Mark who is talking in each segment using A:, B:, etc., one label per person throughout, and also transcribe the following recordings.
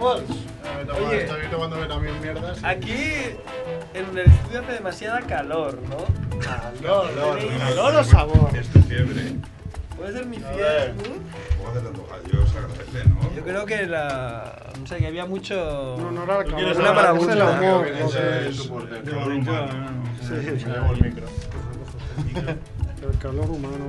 A: Balls.
B: Eh, no,
A: Oye.
B: estoy tomándome también mierdas.
A: Aquí en el estudio hace demasiada calor, ¿no?
B: No, no,
A: Tenéis
B: no.
A: calor o sabor.
C: Es tu fiebre.
A: Puede ser mi
B: A ver.
A: fiel.
C: Tampoco hace tanto callo, se agradece, ¿no?
D: Yo creo que la. No sé, que había mucho.
E: Un honor al
B: ¿Tú
E: cabrón.
B: quieres
D: Una
B: hablar?
D: para
B: Ese
D: una.
B: es el
D: Creo
B: amor,
C: que ese
B: ese
C: es
B: es-
C: soporte.
B: Yo-
C: Calor humano.
B: Sí, me llevo el micro.
E: El calor humano.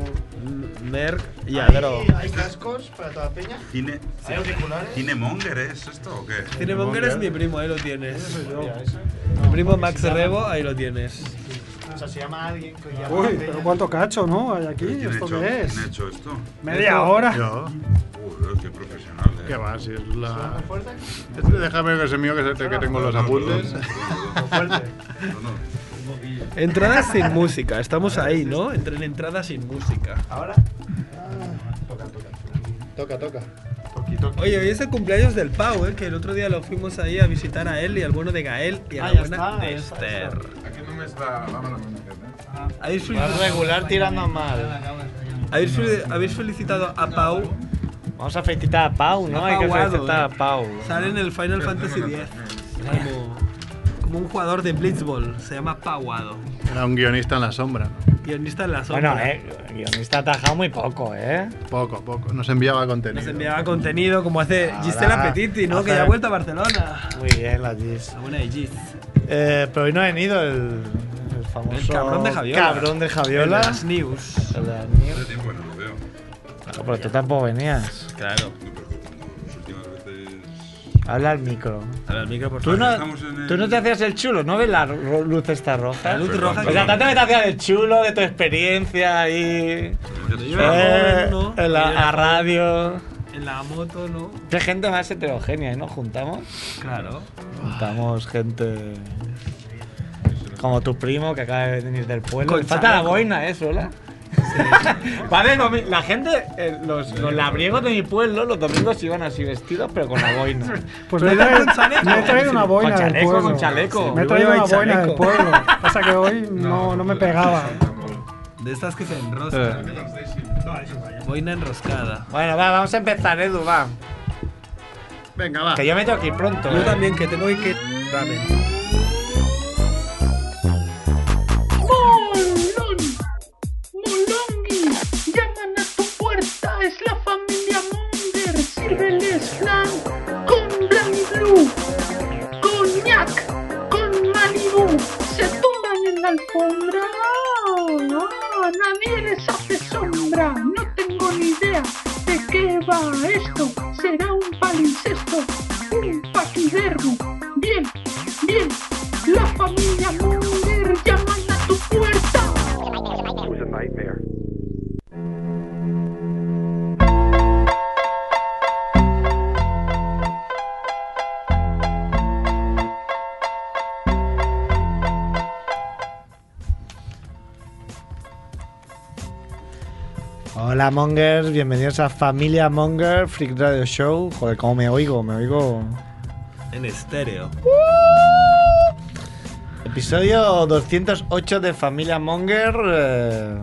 D: Merck y Adro.
F: ¿Hay cascos para toda la peña?
C: Cine.
F: ¿Hay auriculares?
C: ¿Cinemonger ¿eh? es esto o qué?
D: Cinemonger Este es mi primo, ahí lo tienes.
E: Ese yo.
D: Mi primo Max Rebo, ahí lo tienes.
F: O sea, se llama alguien que llama a la
E: Uy,
F: peña.
E: pero cuánto cacho, ¿no? Hay aquí.
C: ¿Pero ¿Quién ha
E: ¿Esto
C: hecho-
E: qué es?
C: ¿Quién ha hecho esto?
E: Media hora.
B: Yo.
C: Uy, qué profesional. ¿eh?
B: ¿Qué va? Si es la.
F: ¿Más fuerte?
B: Este, déjame que es el mío que, se- que tengo los apuntes.
C: No, no.
D: Entradas sin música, estamos ahí, ¿no? Entre en entradas sin música.
F: ¿Ahora? Toca, toca.
B: Toca, toca.
D: Oye, hoy es el cumpleaños del Pau, ¿eh? Que el otro día lo fuimos ahí a visitar a él y al bueno de Gael y a
F: Ah,
D: la
F: ya
D: buena
F: está,
D: de
F: ya está, ya
D: Esther.
C: Aquí no me está la mano. ¿eh?
D: ¿Habéis
F: Vas
D: felicitado,
F: regular tirando a mal.
D: habéis fel- habéis felicitado a Pau?
F: Vamos a felicitar a Pau, ¿no?
D: Ha
F: Hay que
D: pauado,
F: felicitar
D: eh.
F: a Pau.
D: Sale en el Final Fantasy X. Como, como un jugador de Blitzball, se llama Pauado.
B: Era un guionista en la sombra.
D: Guionista en la sombra.
F: Bueno, eh, guionista atajado muy poco, ¿eh?
B: Poco, poco. Nos enviaba contenido.
D: Nos enviaba contenido como hace
F: Ahora,
D: Gisela Petiti, ¿no? Que
F: hace-
D: ya ha vuelto a Barcelona.
F: Muy bien, la Gis.
D: La buena de Gis.
F: Eh, pero hoy no ha venido el, el famoso.
D: El cabrón de Javiola.
F: Cabrón de Javiola.
D: De Las news.
F: El de Daniel.
C: Hace tiempo que no lo veo.
F: Claro, pero tú tampoco venías.
D: Claro.
C: No, pero cuando las últimas veces.
F: Habla al micro.
D: A ver, el micro, por
F: Tú no,
C: Estamos en el-
F: tú no te hacías el chulo, ¿no ves la ro- luz esta roja?
D: La luz
C: Perdón,
D: roja
F: O sea,
C: perdón.
F: tanto que te hacías el chulo de tu experiencia ahí.
D: yo era
F: eh,
D: joven, ¿no?
F: en
D: Yo era
F: la, a
D: joven.
F: radio.
D: En la moto, ¿no?
F: Qué gente más heterogénea, ¿eh? ¿no? Juntamos.
D: Claro.
F: Juntamos gente. Como tu primo que acaba de venir del pueblo.
D: Con
F: Le Falta la
D: chaleco.
F: boina, ¿eh? Sola. Vale, domi- la gente, eh, los, los labriegos de mi pueblo, los domingos iban así vestidos, pero con la boina.
E: Pues
D: Pero
E: me he
D: era
E: traído-
D: con chaleco.
E: me he traído una boina
F: con
E: del
F: chaleco,
E: pueblo.
F: con chaleco.
E: Me he
D: Yo
E: traído una
D: llevaba
E: boina del
D: chaleco.
E: pueblo. Pasa que hoy no, no me pegaba.
D: De estas que se enroscan. Boina enroscada.
F: Bueno, va, vamos a empezar, Edu, va.
B: Venga, va.
F: Que yo me tengo que ir pronto.
D: Yo
F: ¿eh?
D: también, que tengo que... Ramen.
G: ¡Molón! ¡Molongi! ¡Llaman a tu puerta! ¡Es la familia Munger! ¡Sírveles flan con Blanc Blue! ¡Coñac! ¡Con Malibu! ¡Se tumban en la alfombra! ¡Ah! ¡Ah! ¡Nadie les hace sombra! ¡No tengo ni idea de qué va esto! ¡Será un palincesto! ¡Un paquidermo! ¡Bien! ¡Bien! ¡La familia Munger llaman a tu puerta!
F: Hola Mongers, bienvenidos a Familia Monger Freak Radio Show. Joder, cómo me oigo, me oigo.
D: En estéreo.
F: Episodio 208 de Familia Monger eh,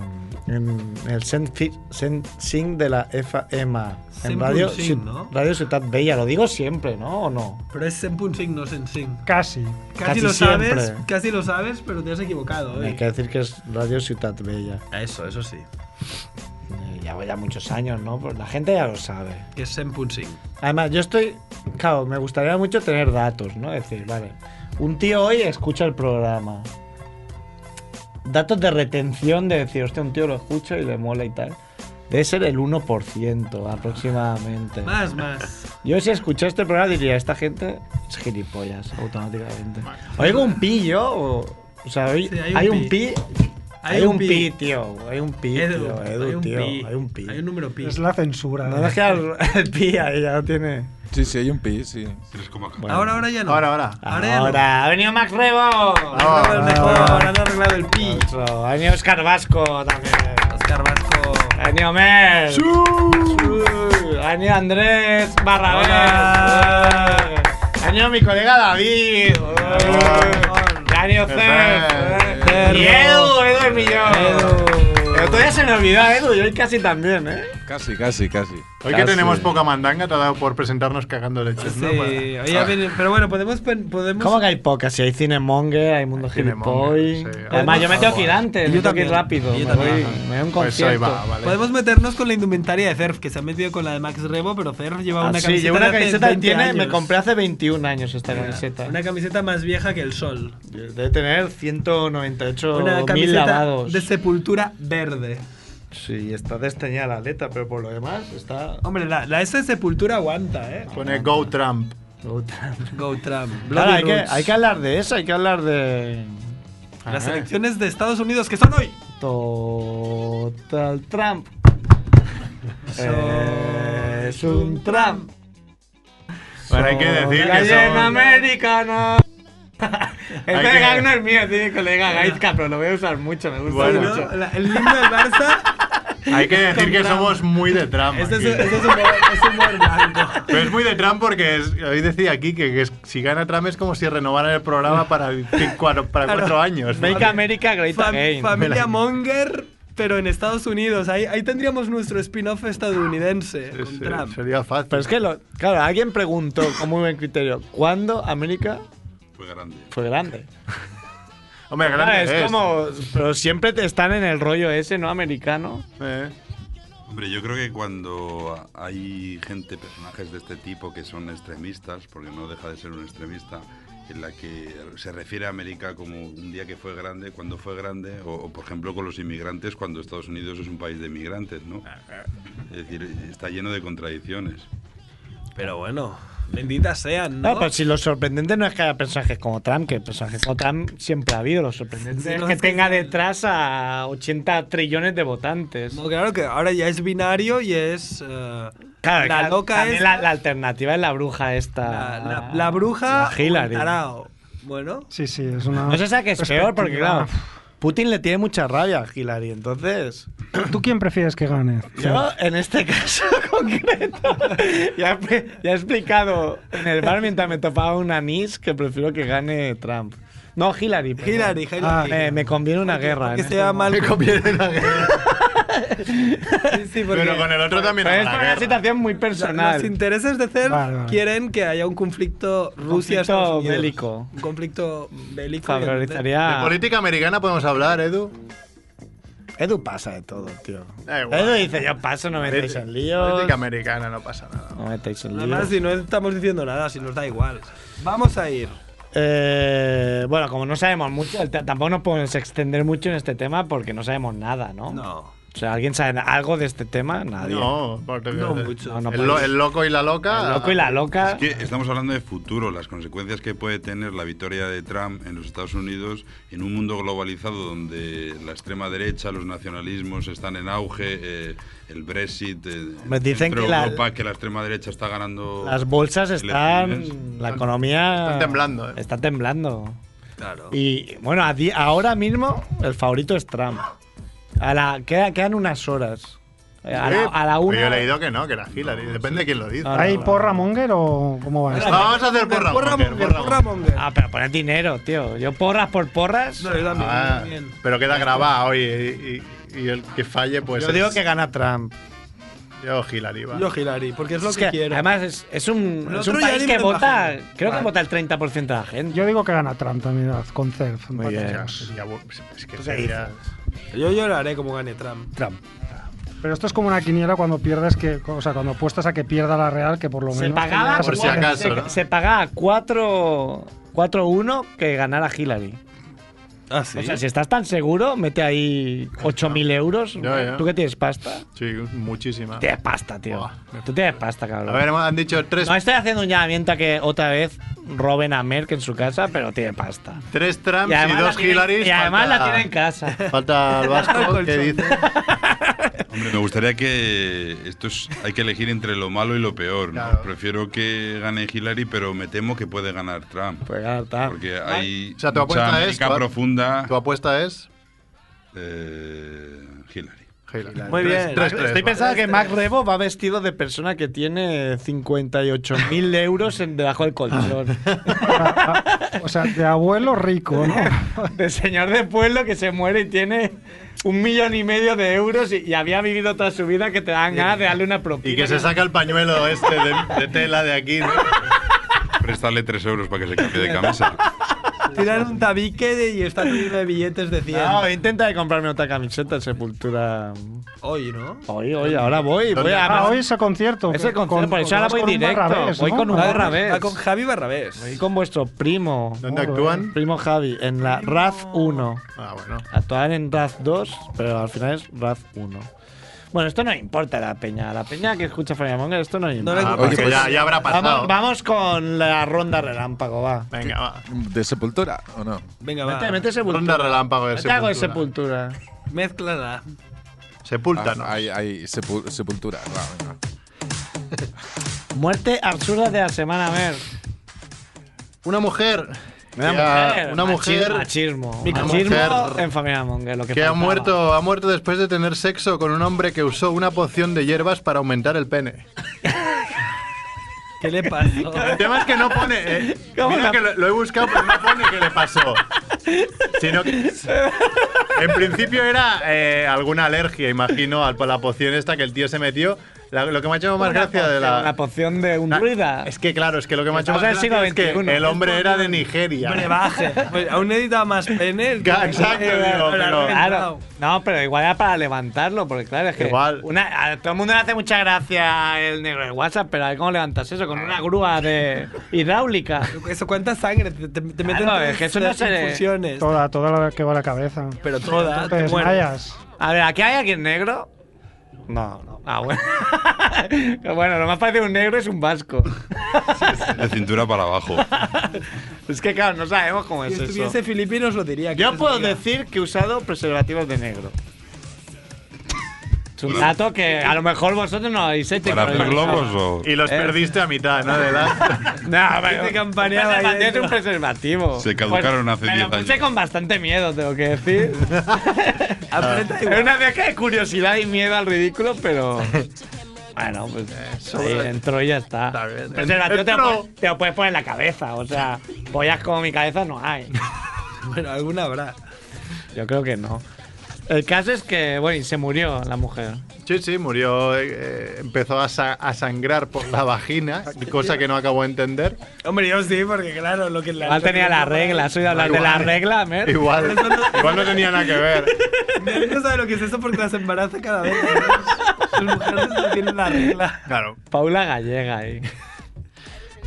F: en el Sensing de la FMA. En
D: Sensing,
F: radio, Ciut-
D: ¿no?
F: radio Ciudad Bella, lo digo siempre, ¿no? ¿O no?
D: Pero es 100.5, no 100.5.
E: Casi.
D: Casi,
F: Casi
D: lo sabes,
F: siempre.
D: casi lo sabes, pero te has equivocado hoy.
F: Hay que decir que es Radio Ciudad Bella.
D: Eso, eso sí.
F: Eh, Ya voy ya muchos años, ¿no? Pues la gente ya lo sabe.
D: Que es 100.5.
F: Además, yo estoy. Claro, me gustaría mucho tener datos, pues, ¿no? Es decir, vale. Un tío hoy escucha el programa. Datos de retención de decir, hostia, un tío lo escucho y le mola y tal. Debe ser el 1% aproximadamente.
D: Más, más.
F: Yo si escuché este programa diría, esta gente es gilipollas automáticamente. Oigo un pi yo, o, o sea, hoy-
D: Sí,
F: hay, un pi. Hay, un pi. tío. Hay un pi,
D: Edu,
F: tío. Edu,
D: hay un
F: tío.
D: pi.
F: Hay un pi.
D: Hay un número pi.
E: Es la censura.
F: No dejes al- el pi ahí, ya lo tiene.
H: Sí, sí, hay un pi, sí.
C: 3,4.
D: Ahora, ahora ya no.
B: Ahora, ahora.
D: Ahora ya no.
F: Ahora, ha venido Max Rebo.
D: Ha arreglado el mejor,
F: Ahora.
D: han arreglado el pi.
F: Otro. Ha venido Oscar Vasco también.
D: Oscar Vasco.
F: Ha venido Mel. Uh, Ha venido Andrés Barrabés. Uh, Ha venido mi colega David. Uh,
B: Hola.
F: Ha venido Cer.
B: Cer.
F: Y Edu, Edu el millón.
D: Edu.
F: Pero todavía se me olvidaba, Edu, y hoy casi también, ¿eh?
H: Casi, casi, casi.
B: Hoy
F: Casi.
B: que tenemos poca mandanga, te ha dado por presentarnos cagando leches,
D: Sí,
B: ¿no? Pues, Para-
D: ahí ya viene- pero bueno, podemos. pen- podemos
F: Pues ¿Cómo que hay pocas? Si hay Cinemonger, hay Mundo
B: Hay Cinemonger,
F: Gilipoy.
B: sí.
F: Además, yo me tengo que ir antes,
D: Yo
F: yo tengo que ir
D: también.
F: rápido.
D: Yo
F: me,
D: también.
F: voy,
D: Ajá.
F: me voy a un
B: Pues ahí
F: concierto.
B: va, vale.
D: Podemos meternos con la indumentaria de Cerf, que se ha metido con la de Max Rebo, pero Cerf lleva
F: Ah,
D: una
F: sí,
D: camiseta.
F: llevo una
D: de hace
F: camiseta que
D: 20
F: tiene, me
D: años.
F: compré hace 21 años esta camiseta.
D: Una camiseta más vieja que el sol.
F: Debe tener 198
D: Una
F: mil
D: camiseta
F: lavados.
D: de sepultura verde.
F: Sí, está desteñada la aleta, pero por lo demás está.
D: Hombre, la, la S de sepultura aguanta, ¿eh?
B: Pone Go Trump.
D: Go Trump.
F: Claro,
D: Bloody
F: hay que,
D: Roots.
F: hay que hablar de eso, hay que hablar de.
D: Las
F: Ajá.
D: elecciones de Estados Unidos que son hoy.
F: Total Trump. es un Trump.
B: Bueno, hay que decir
F: Sola
B: que
F: y en
B: son-
F: América no.
B: Hay
F: Este
B: que-
F: gag no es mío, tiene colega Gaizka, pero lo voy a usar mucho, me gusta
B: Bueno.
F: mucho.
D: ¿No? La- el himno del Barça.
B: Hay que decir que
D: Trump.
B: somos muy de Trump.
D: este es,
B: aquí.
D: este es humor, es humor blanco.
B: Pero es muy de Trump porque es- hoy decía aquí que, que es- si gana Trump es como si renovaran el programa para, cin- cuatro, para cuatro años. ¿no?
F: Make America Great
D: Fam-
F: Again.
D: familia Monger, pero en Estados Unidos. Ahí, ahí tendríamos nuestro spin-off estadounidense
B: Es-
D: con Trump.
B: Sería fácil.
F: Pero es que, lo, claro, alguien preguntó con muy buen criterio, ¿cuándo América
C: Fue grande.
F: fue grande?
B: Hombre, grande
F: Claro,
B: es.
F: Ah, es como, pero siempre te están en el rollo ese, ¿no? Americano.
B: Eh,
C: Hombre, yo creo que cuando hay gente, personajes de este tipo que son extremistas, porque no deja de ser un extremista, en la que se refiere a América como un día que fue grande, cuando fue grande, o, o, por ejemplo con los inmigrantes, cuando Estados Unidos es un país de inmigrantes, ¿no? Es decir, está lleno de contradicciones.
D: Pero bueno, benditas sean,
F: No,
D: ¿no?
F: pero si lo sorprendente no es que haya personajes como Trump, que personajes como Trump siempre ha habido. Lo sorprendente
D: Sí,
F: es
D: no,
F: que
D: es que-
F: tenga detrás a 80 trillones de votantes.
D: No, claro que ahora ya es binario y es. eh,
F: Claro,
D: la
F: claro,
D: loca
F: también
D: es.
F: La, la alternativa es la bruja esta.
D: la, la- la bruja.
F: la Hillary.
D: o el tarao. Bueno,
E: Sí, sí, es una.
F: No sé si que es peor, porque
E: perspectiva.
F: claro, Putin le tiene mucha rabia a Hillary, entonces.
E: ¿Tú quién prefieres que gane?
F: Yo, en este caso concreto, ya, he- ya he explicado en el bar mientras me topaba un anís que prefiero que gane Trump. No, Hillary. perdón. eh,
D: Hillary, Hillary.
E: Ah,
F: Me, me conviene una
D: que
F: guerra. en
D: se
F: este
D: llama
B: me conviene la guerra.
D: Sí, sí, porque
B: Pero con el otro también ¿eh? habrá
F: Pero es por una
B: guerra.
F: situación muy
D: la-
F: personal.
D: Los intereses de CERN
E: Vale, vale.
D: quieren que haya un conflicto Rusia Estados Unidos.
F: bélico.
D: Un conflicto bélico.
B: De
F: Favorizaría.
B: política americana podemos hablar, Edu.
F: Edu pasa de todo, tío.
B: Da igual.
F: Edu dice: Yo paso, no me metéis en líos.
B: Política americana, no pasa nada.
F: No me metéis en
D: Además,
F: líos.
D: si no estamos diciendo nada, si nos da igual. Vamos a ir.
F: Eh, bueno, como no sabemos mucho, t- tampoco nos podemos extender mucho en este tema porque no sabemos nada, ¿no?
D: No.
F: O sea, ¿alguien sabe algo de este tema? Nadie.
B: No, porque-
D: No mucho.
F: No, no
B: el, lo-
F: podéis.
B: el loco y la loca.
F: El loco y la loca.
C: Es que estamos hablando de futuro, las consecuencias que puede tener la victoria de Trump en los Estados Unidos, en un mundo globalizado donde la extrema derecha, los nacionalismos están en auge, eh, el Brexit, eh,
F: Hombre, dicen
C: dentro
F: que
C: de
F: la-
C: Europa, que la extrema derecha está ganando.
F: Las bolsas
C: elecciones.
F: están. La economía.
B: están temblando, eh.
F: Está temblando.
D: Claro.
F: Y bueno, a di- ahora mismo el favorito es Trump. A la, queda- quedan unas horas. Eh, A la,
B: Eh,
F: a la
B: pero
F: una.
B: Yo he leído que no, que era Hillary. Depende de quién lo dice.
F: Ah,
E: ¿Hay
F: no.
E: porra monger o cómo va? esto?
B: Vamos a hacer porra.
D: Porra
B: Monger,
D: Monger,
B: porra
D: porra
B: Monger.
D: Monger.
F: Ah, pues, pero poner dinero, tío. Yo porras por porras.
D: No, yo también, yo
B: Ah,
D: también.
B: pero queda grabado, oye. Y, y- y el que falle, pues.
F: yo digo
B: es-
F: que gana Trump.
B: Yo Hillary, va.
D: Yo Hillary, porque es lo
F: Es
D: que,
F: que,
D: quiero.
F: además es, es un,
D: El
F: es un
D: otro ya
F: país
D: ni
F: que
D: me
F: vota,
D: imagino.
F: creo
B: Vale.
F: que vota el 30% de la gente.
E: Yo digo que gana Trump también con CERF.
F: Muy
E: empate.
B: O
F: bien.
B: sea, sería bu- es que
F: ¿Tú qué
B: sería.
D: Yo lloraré como gane Trump.
F: Trump.
E: Pero esto es como una quiniela cuando pierdes que, o sea, cuando apuestas a que pierda la Real, que por lo menos
F: Se pagaba,
E: tendrás-
B: Por si
F: cuatro-
B: acaso,
F: se,
B: ¿no?
F: se pagaba 4 4-1 que ganara Hillary.
D: Ah, sí.
F: O sea, si estás tan seguro, mete ahí 8.000 euros.
B: Ya, ya.
F: ¿Tú que tienes pasta?
B: Sí, muchísima.
F: Tienes pasta, tío.
B: Buah.
F: Tú tienes pasta,
B: A
F: cabrón.
B: ver, hemos- han dicho tres,
F: no estoy haciendo un llamamiento a que otra vez roben a Merck en su casa, pero tiene pasta.
B: tres Trumps y,
F: la
B: dos
F: tiene-
B: Hillarys.
F: y además la
B: falta-
F: tiene en casa.
B: Falta el vasco que dice.
C: Hombre, me gustaría que esto es, hay que elegir entre lo malo y lo peor. ¿no?
B: Claro.
C: Prefiero que gane Hillary, pero me temo que puede ganar Trump.
F: Pues claro, tal.
C: Porque hay
B: Ah. O sea, tu
C: mucha
B: apuesta es.
C: América
B: tu-
C: profunda.
B: Tu apuesta es.
C: eh, Hillary.
B: Haaland.
F: Muy
B: Tres-
F: bien.
B: tres, tres,
F: Estoy
B: va.
F: pensando que Mac Rebo va vestido de persona que tiene 58.000 euros en debajo del colchón.
E: O sea, de abuelo rico, ¿no?
F: de señor de pueblo que se muere y tiene un millón y medio de euros y, y había vivido toda su vida que te dan ganas de darle una propina.
B: Y que se saca el pañuelo este de, de tela de aquí, ¿no?
C: Prestarle 3 euros para que se cambie de camisa.
D: Tirar un tabique de- y está lleno de billetes de 100.
F: No, intenta de comprarme otra camiseta en Sepultura.
D: Hoy, ¿no?
F: Hoy, hoy, ahora voy. voy a,
E: Ah, hoy ese concierto.
F: Ese
E: que-
F: concierto, por eso ahora
E: vas
F: voy
E: con un
F: directo,
E: Barrabés,
F: voy con un
E: Ah,
F: Barrabés.
D: Va con Javi Barrabés.
F: Voy con vuestro primo.
B: ¿Dónde actúan?
F: Primo Javi, en la RAF 1.
B: Ah, bueno.
F: Actuaban en RAF 2, pero al final es RAF 1. Bueno, esto no importa a la peña. A la peña que escucha Firemonger, esto no le
D: No
F: importa.
D: le
B: Ah,
D: gusta.
B: porque ya, ya habrá pasado.
F: pues Vamos, vamos con la ronda relámpago, va.
B: Venga, va.
H: ¿De sepultura o no?
D: Venga, va.
F: Mete, mete sepultura.
B: Ronda relámpago de
F: Mete algo de
B: sepultura.
F: sepultura.
D: Mézclala.
B: Sepulta, ¿no?
H: Ah, hay, hay sepu- sepultura. Va, venga.
F: Muerte absurda de la semana, Mer.
B: Una mujer.
F: Una
B: que ha-
F: mujer.
B: una
F: machi-
B: mujer
F: Machismo.
B: Una
F: Machismo
B: mujer
F: en familia Monger, lo que,
B: que ha
F: faltaba.
B: muerto, ha muerto después de tener sexo con un hombre que usó una poción de hierbas para aumentar el pene.
D: ¿Qué le pasó?
B: El tema es que no pone. eh,
F: ¿Cómo
B: mira
F: la-
B: que lo, lo he buscado, pero no pone qué le pasó. Sino que. En principio era eh, alguna alergia, imagino, a la poción esta que el tío se metió. La- lo que me ha hecho más
F: Una
B: gracia de la.
F: poción, Una poción de un
B: Ah,
F: druida.
B: Es que claro, es que lo que me ha hecho más
F: Estamos en el
B: gracia es
F: siglo
B: que
F: XXI.
B: el hombre era de Nigeria.
D: Brebaje. Pues aún necesitaba más pene.
B: Ca- exacto, digo, pero-
F: Claro. No, pero igual era para levantarlo, porque claro, es que
B: Igual.
F: una- a todo el mundo le hace mucha gracia el negro de WhatsApp, pero a ver cómo levantas eso, con una grúa de hidráulica.
D: Eso cuánta sangre. Te, te- te meten
F: Claro,
D: tres-
F: es que eso no
D: tres
F: se le-
D: infusiones.
E: Toda, toda la que va a la cabeza.
D: Pero toda.
E: Te
D: Te mueres.
E: desmayas.
F: A ver, ¿aquí hay alguien negro? No, no. Ah, bueno. bueno, lo más parecido a un negro es un vasco.
C: De cintura para abajo.
F: es que claro, no sabemos cómo
D: Si
F: es eso.
D: estuviese Filipinos lo diría. que
F: Yo
D: se
F: puedo
D: diga.
F: decir que he usado preservativos de negro. Es un dato que a lo mejor vosotros no lo habéis hecho.
C: ¿Para
F: pero yo
C: hacer
F: lo usaba.
C: globos o.?
B: Y los
F: Eh.
B: perdiste a mitad, ¿no? De edad.
F: No,
D: Yo te
F: pero un
D: campaneaba ahí
F: preservativo es
D: dentro.
F: un preservativo.
C: Se caducaron hace
F: me
C: 10
F: lo puse
C: años.
F: con bastante miedo, tengo que decir.
D: Aprieta
F: es una mezcla de curiosidad y miedo al ridículo, pero. Bueno, pues ahí entró y ya está.
B: Está bien.
F: Preservativo te lo,
B: Entró.
F: puedes, te lo puedes poner en la cabeza, o sea, pollas como mi cabeza no hay.
D: Bueno, alguna habrá.
F: Yo creo que no. El caso es que, bueno, y se murió la mujer.
B: Sí, sí, murió. eh, eh, empezó a, sa- a sangrar por la vagina, cosa que no acabo de entender.
D: Hombre, yo sí, porque claro, lo que la.
F: Igual tenía la regla, has oído hablar de la
B: Igual.
F: regla, Mer.
B: Igual, igual no tenía nada que ver.
D: Mi no sabe lo que es eso porque las embaraza cada vez. Las mujeres no tienen la regla.
B: Claro.
F: Paula Gallega ahí.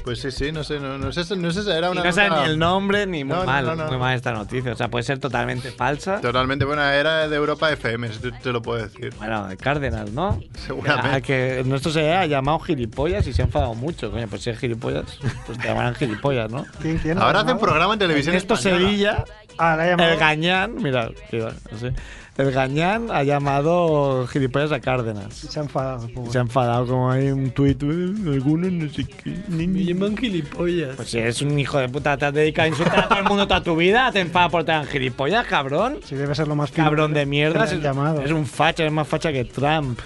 B: Pues sí, sí, no sé, no, no sé, no sé, era
F: Y
B: una
F: no sabe
B: nota
F: ni el nombre ni muy
B: No, no,
F: mal,
B: no, no,
F: muy
B: no.
F: mal esta noticia. O sea, puede ser totalmente falsa.
B: Totalmente buena, era de Europa FM, si te, te lo puedo decir.
F: Bueno, de Cárdenas, ¿no?
B: Seguramente.
F: A que nuestro se ha llamado gilipollas y se ha enfadado mucho. Coño, pues si es gilipollas, pues te llamarán gilipollas, ¿no?
E: ¿Quién, quién?
B: Ahora
E: ¿Ha
B: hacen
E: llamado?
B: programa en televisión
F: Esto
B: española.
F: Sevilla,
E: Ah, la ha llamado.
F: el gañán, mira, mira, así. el gañán ha llamado gilipollas a Cárdenas.
E: Se ha enfadado.
F: Y
E: pobre.
F: Se ha enfadado como hay un tuit, "Eh, algunos no sé qué. ni,
D: Me
F: ni".
D: llaman gilipollas.
F: Pues si eres un hijo de puta, te has dedicado a insultar a todo el mundo toda tu vida, te enfadas por tan gilipollas, cabrón.
E: Sí, debe ser lo más fino
F: Cabrón
E: que-
F: de mierda,
E: que le han
F: es,
E: llamado.
F: es un facha, es más facha que Trump.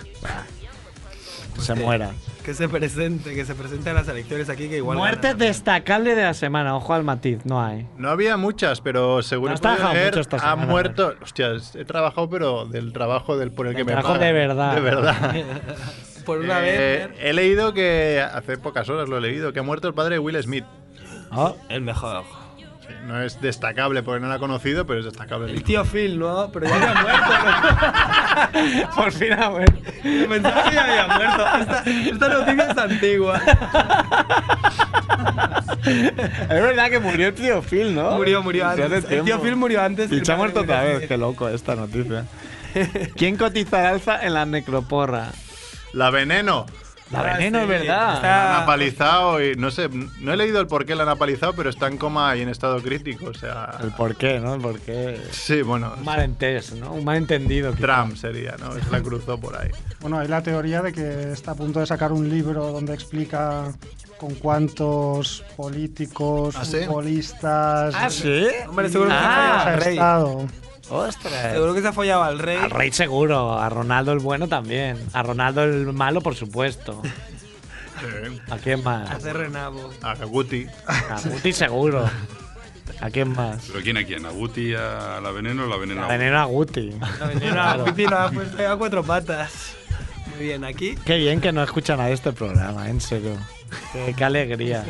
F: Se muera.
D: que se presente, que se presente a las elecciones aquí, que igual.
F: Muerte
D: ganan.
F: destacable de la semana, ojo al matiz, no hay.
B: No había muchas, pero seguro he
F: No has
B: podido
F: trabajado
B: leer,
F: mucho esta
B: ha
F: semana,
B: muerto. Hostias, he trabajado, pero del trabajo del por el que me
F: trabajo
B: pagan.
F: de verdad.
B: De verdad.
D: Por una
B: Eh,
D: vez.
B: he leído que hace pocas horas lo he leído, que ha muerto el padre de Will Smith.
F: Oh,
D: El mejor.
B: Sí, No es destacable porque no lo ha conocido, pero es destacable.
D: El tío Phil, ¿no? Pero ya había muerto.
F: por fin ha muerto.
D: ¿no? Pensaba que ya había muerto. Esta, esta noticia es antigua.
F: Es verdad que murió el tío Phil, ¿no?
D: Murió, murió
F: Hace
D: antes. El tío
F: tiempo.
D: Phil murió antes.
F: Y se ha
D: hermano,
F: muerto
D: mira.
F: otra vez, qué loco esta noticia. ¿Quién cotiza al alza en la necroporra?
B: La veneno.
F: La
D: Ah,
F: veneno,
D: sí,
F: es verdad.
B: La han
D: Está...
B: apalizado y no sé, no he leído el por qué la han apalizado, pero está en coma y en estado crítico. O sea.
F: El por qué, ¿no? El por qué.
B: Sí, bueno.
F: Un malentés, ¿no? Un malentendido. quizá.
B: Trump sería, ¿no? Se la cruzó por ahí.
E: Bueno, hay la teoría de que está a punto de sacar un libro donde explica con cuántos políticos,
B: ¿Ah, sí?
E: futbolistas,
F: ¿Ah, sí?
D: Hombre, seguro que
F: Ah,
E: ha
D: rey.
E: estado.
F: Ostras.
D: Seguro que se ha follado al rey.
F: Al rey seguro, a Ronaldo el bueno también. A Ronaldo el malo, por supuesto. ¿A quién
D: A
F: más?
D: ser renabo.
B: A Guti.
F: A Guti seguro. ¿A quién más?
C: ¿Pero quién a quién? ¿A Guti, a la veneno o la veneno?
F: A
C: a
F: veneno a Guti.
D: La venera,
F: Claro.
D: Pipi lo ha puesto a cuatro patas. Muy bien, aquí.
F: Qué bien que no escucha nadie este programa, en serio. Qué, qué alegría.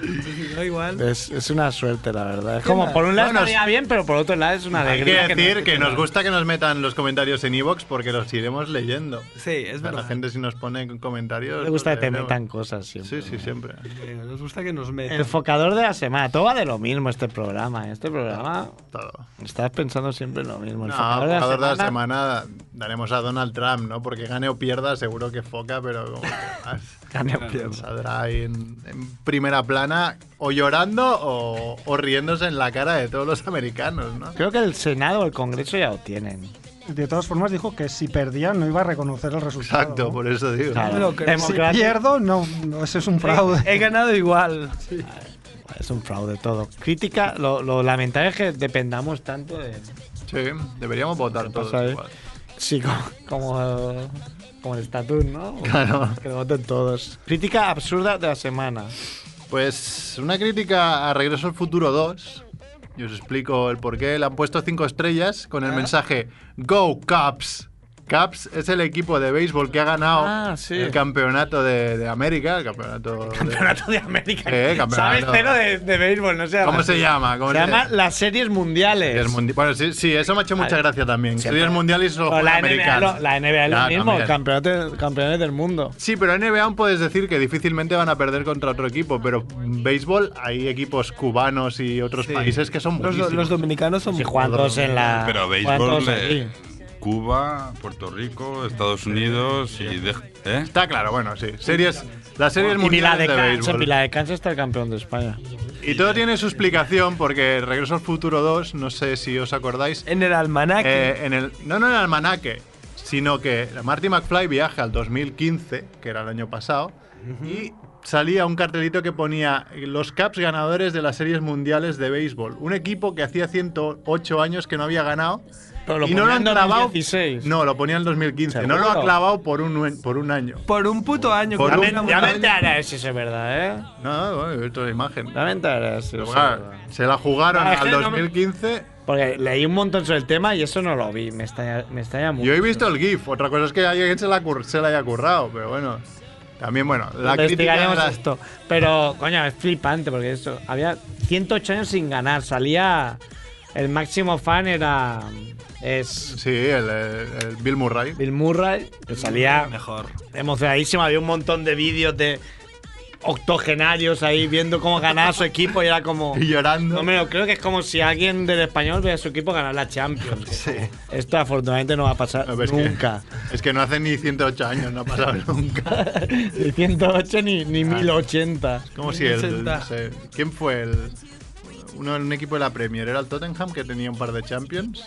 D: Entonces, no igual.
F: Es, es una suerte, la verdad. Es como, por un lado
B: Bueno,
F: estaría bien, pero por otro lado es una
B: Hay que
F: alegría. no
B: decir que,
F: escuche
B: nos
F: nadie.
B: gusta que nos metan los comentarios en Evox porque los iremos leyendo.
D: Sí, es
B: O sea,
D: verdad.
B: la gente si nos pone comentarios...
F: Me gusta
B: los
F: que te
B: leeremos.
F: metan cosas siempre.
B: Sí, sí, siempre.
D: Eh, nos gusta que nos metan.
F: El focador de la semana. Todo va de lo mismo este programa. Este programa
B: Todo.
F: estás pensando siempre en lo mismo. El
B: No,
F: focador,
B: jugador de la semana daremos a Donald Trump, ¿no? Porque gane o pierda, seguro que foca, pero como que más
F: Gane o pierda.
B: saldrá ahí en, en primera plana, o llorando o, o riéndose en la cara de todos los americanos, ¿no?
F: Creo que el Senado o el Congreso ya lo tienen.
E: De todas formas, dijo que si perdía no iba a reconocer el resultado.
B: Exacto,
E: ¿no?
B: por eso digo.
D: me lo creo.
E: Si
F: Democracia-
E: pierdo, no, no, ese es un fraude.
D: He ganado igual.
F: Es un fraude todo. Crítica, lo, lo lamentable es que dependamos tanto de.
B: Sí, deberíamos votar
F: Lo
B: todos
F: pasa, ¿eh?
B: igual.
F: Sí, como, como, como el estatut, ¿no?
B: Claro.
F: Que lo voten todos. Crítica absurda de la semana.
B: Pues una crítica a Regreso al Futuro 2. Y os explico el porqué. Le han puesto cinco estrellas con
F: Ah.
B: el mensaje Go Caps. Caps es el equipo de béisbol que ha ganado
F: Ah, sí.
B: el campeonato de, de América, el campeonato. de-
F: Campeonato de América.
B: Eh, campeonato.
F: Sabes cero de, de béisbol, no sé.
B: ¿Cómo se llama? ¿Cómo
F: Se llama las series mundiales.
B: Series mundi- Bueno, sí, sí, eso me ha hecho mucha
F: Vale.
B: gracia también.
F: Siempre.
B: Series mundiales y solo
F: Pero
B: juegan
F: la, NBA,
B: americanos.
F: lo, la NBA es lo
B: Ya,
F: mismo,
B: también.
F: campeonato- campeones del mundo.
B: Sí, pero en NBA aún puedes decir que difícilmente van a perder contra otro equipo, pero en béisbol hay equipos cubanos y otros
D: Sí.
B: países que son
D: Los,
B: buenísimos.
D: los dominicanos son
F: Si juegan todos en la.
C: Pero
F: juegan
C: béisbol,
F: todos
C: eh,
F: aquí.
C: Cuba, Puerto Rico, Estados Unidos y... de- ¿eh?
B: Está claro, bueno, sí. Series, las series
F: Y Pila
B: mundiales
F: de
B: de
F: Cans,
B: béisbol.
F: Pila de Cans está el campeón de España.
B: Y todo tiene su explicación porque Regreso al Futuro 2, no sé si os acordáis,
D: En el almanaque.
B: eh, en el, no no en el almanaque, sino que Marty McFly viaja al 2015, que era el año pasado, y salía un cartelito que ponía los Caps ganadores de las series mundiales de béisbol. Un equipo que hacía 108 años que no había ganado.
F: Pero lo
B: y no lo
F: ponía
B: han
F: en
B: clavado.
F: 2016.
B: No, lo ponía en el 2015. No lo
F: ¿Seguro?
B: ha clavado por un, uen- por un año.
D: por un puto año.
B: Por
D: que
B: un-
D: tenga
F: Ya
D: mucho
F: me
D: año.
F: enteraré si eso es verdad, ¿eh?
B: No, bueno, he visto la imagen.
F: Ya me enteraré si
B: Pero,
F: eso es
B: claro,
F: verdad.
B: se la jugaron
F: Ah, es
B: al
F: que no me-
B: 2015.
F: Porque leí un montón sobre el tema y eso no lo vi. Me extraña, me extraña mucho.
B: Yo he visto el GIF. Otra cosa es que alguien se la, cur- se la haya currado, pero bueno. También, bueno, la crítica de
F: Investigaremos
B: la-
F: esto. Pero, coño, es flipante porque eso. Había 108 años sin ganar. Salía. El máximo fan era. Es.
B: Sí, el, el- el Bill Murray.
F: Bill Murray. Que salía
D: Mejor.
F: emocionadísimo. Había un montón de vídeos de octogenarios ahí viendo cómo ganaba su equipo y era como.
B: Y llorando.
F: No me lo creo que es como si alguien del español ve a su equipo ganar la Champions. Esto afortunadamente no va a pasar
B: No, pero es que-
F: nunca.
B: es que no hace ni 108 años, no ha pasado nunca.
F: ni 108 ni,
B: Ah.
F: ni 1080.
B: Como si el.
D: 80.
B: no sé, ¿Quién fue el. Uno en un equipo de la Premier? ¿Era el Tottenham que tenía un par de Champions?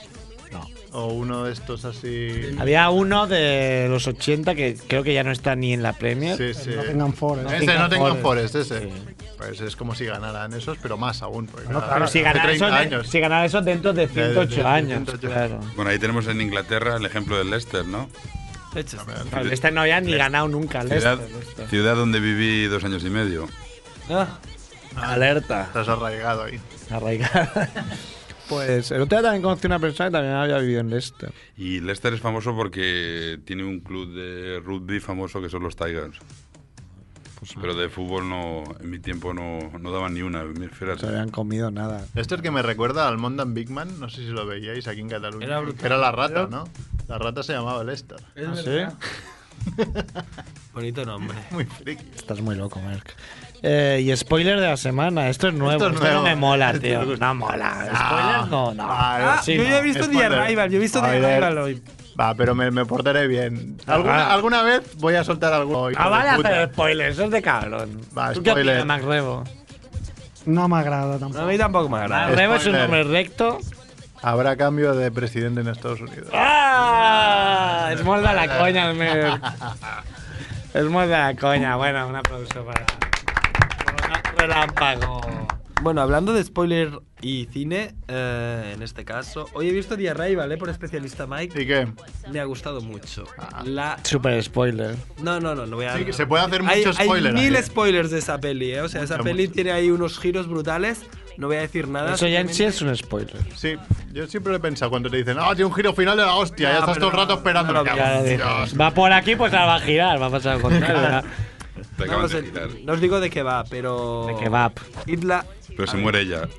F: No.
B: ¿O uno de estos así.?
F: Había uno de los 80 que creo que ya no está ni en la Premier.
B: Sí, sí.
E: No tengan forest.
B: Ese no tengo
F: Forest.
B: Forest, ese.
F: Sí.
B: Pues es como si ganaran esos, pero más aún. Porque
F: Pero
B: claro,
F: si,
B: hace
F: ganara
B: 30
F: eso,
B: años.
F: si ganara eso dentro de
B: de- de
F: 108 años,
B: 108.
F: claro.
C: Bueno, ahí tenemos en Inglaterra el ejemplo del Leicester, ¿no?
F: Claro, Este no había ni ganado nunca.
C: Ciudad,
F: Leicester, Leicester.
C: ciudad donde viví dos años y medio.
D: Ah,
F: Alerta.
B: Estás arraigado ahí.
F: Arraigada. Pues el otro día también conocí una persona que también había vivido en Leicester.
C: Y Leicester es famoso porque tiene un club de rugby famoso que son los Tigers.
F: Pues
C: Pero de fútbol no, en mi tiempo no, no daban ni una. mi-
F: No se
C: Fíjate.
F: habían comido nada.
B: Esto es que me recuerda al Mondan Bigman, no sé si lo veíais aquí en Cataluña.
D: Era brutal.
B: que era la rata, ¿no? La rata se llamaba Lester.
F: ¿Ah, sí?
D: bonito nombre.
B: Muy friki.
F: Estás muy loco, Merck. Eh, y spoiler de la semana. Esto es nuevo.
B: Esto
F: Esto,
B: es nuevo.
F: no me mola,
B: Esto
F: tío.
B: me gusta.
F: No mola. Spoiler no, no.
B: Vale.
D: Ah,
F: sí,
D: yo ya he
F: no.
D: visto The
B: Spoiler.
D: Arrival. Yo he visto The
B: Spoiler.
D: Arrival hoy. Ah.
B: Va, pero me, me portaré bien. ¿Alguna,
F: Ajá.
B: alguna vez voy a soltar algo. hijo
F: Ah,
B: de
F: vale
B: puta.
F: hacer spoilers, eso es de cabrón.
B: Va,
F: ¿Tú qué
B: spoiler.
F: opinas, Mac Rebo?
E: No me agrada
D: No,
E: tampoco.
D: A mí tampoco me agrada.
F: Mac Rebo es un
B: Spoiler.
F: hombre recto.
B: Habrá cambio de presidente en Estados Unidos.
F: ¡Ah! Es molda la coña, el Merck. Es molda la coña. Bueno, un aplauso para. Relámpago.
D: Bueno, hablando de spoiler Y cine, eh, en este caso. Hoy he visto The Arrival, ¿eh? Por especialista Mike.
B: ¿Y qué?
D: Me ha gustado mucho. La...
F: Super spoiler.
D: No, no, no, no voy a
B: Sí, que se puede hacer
D: hay,
B: mucho
D: hay
B: spoiler.
D: mil
B: aquí.
D: spoilers de esa peli, ¿eh? O sea, esa
B: Mucho,
D: peli
B: mucho.
D: tiene ahí unos giros brutales. No voy a decir nada.
F: Eso ya en sí
D: simplemente-
F: es un spoiler.
B: Sí, yo siempre lo he pensado cuando te dicen, ah, tiene un giro final de la hostia,
D: Ya,
B: ya estás
D: pero
B: todo el rato
D: no,
B: esperando.
D: no lo
B: Me cago
F: Ya lo
B: en
F: dije.
B: Dios.
F: Va por aquí, pues la va a girar. Va a pasar al contrario. ¿verdad?
C: Te
D: No,
C: acaban
D: lo
C: de
D: sé,
C: girar.
D: no os digo de qué va, pero.
F: De kebab.
D: Idla.
C: Pero se muere ella.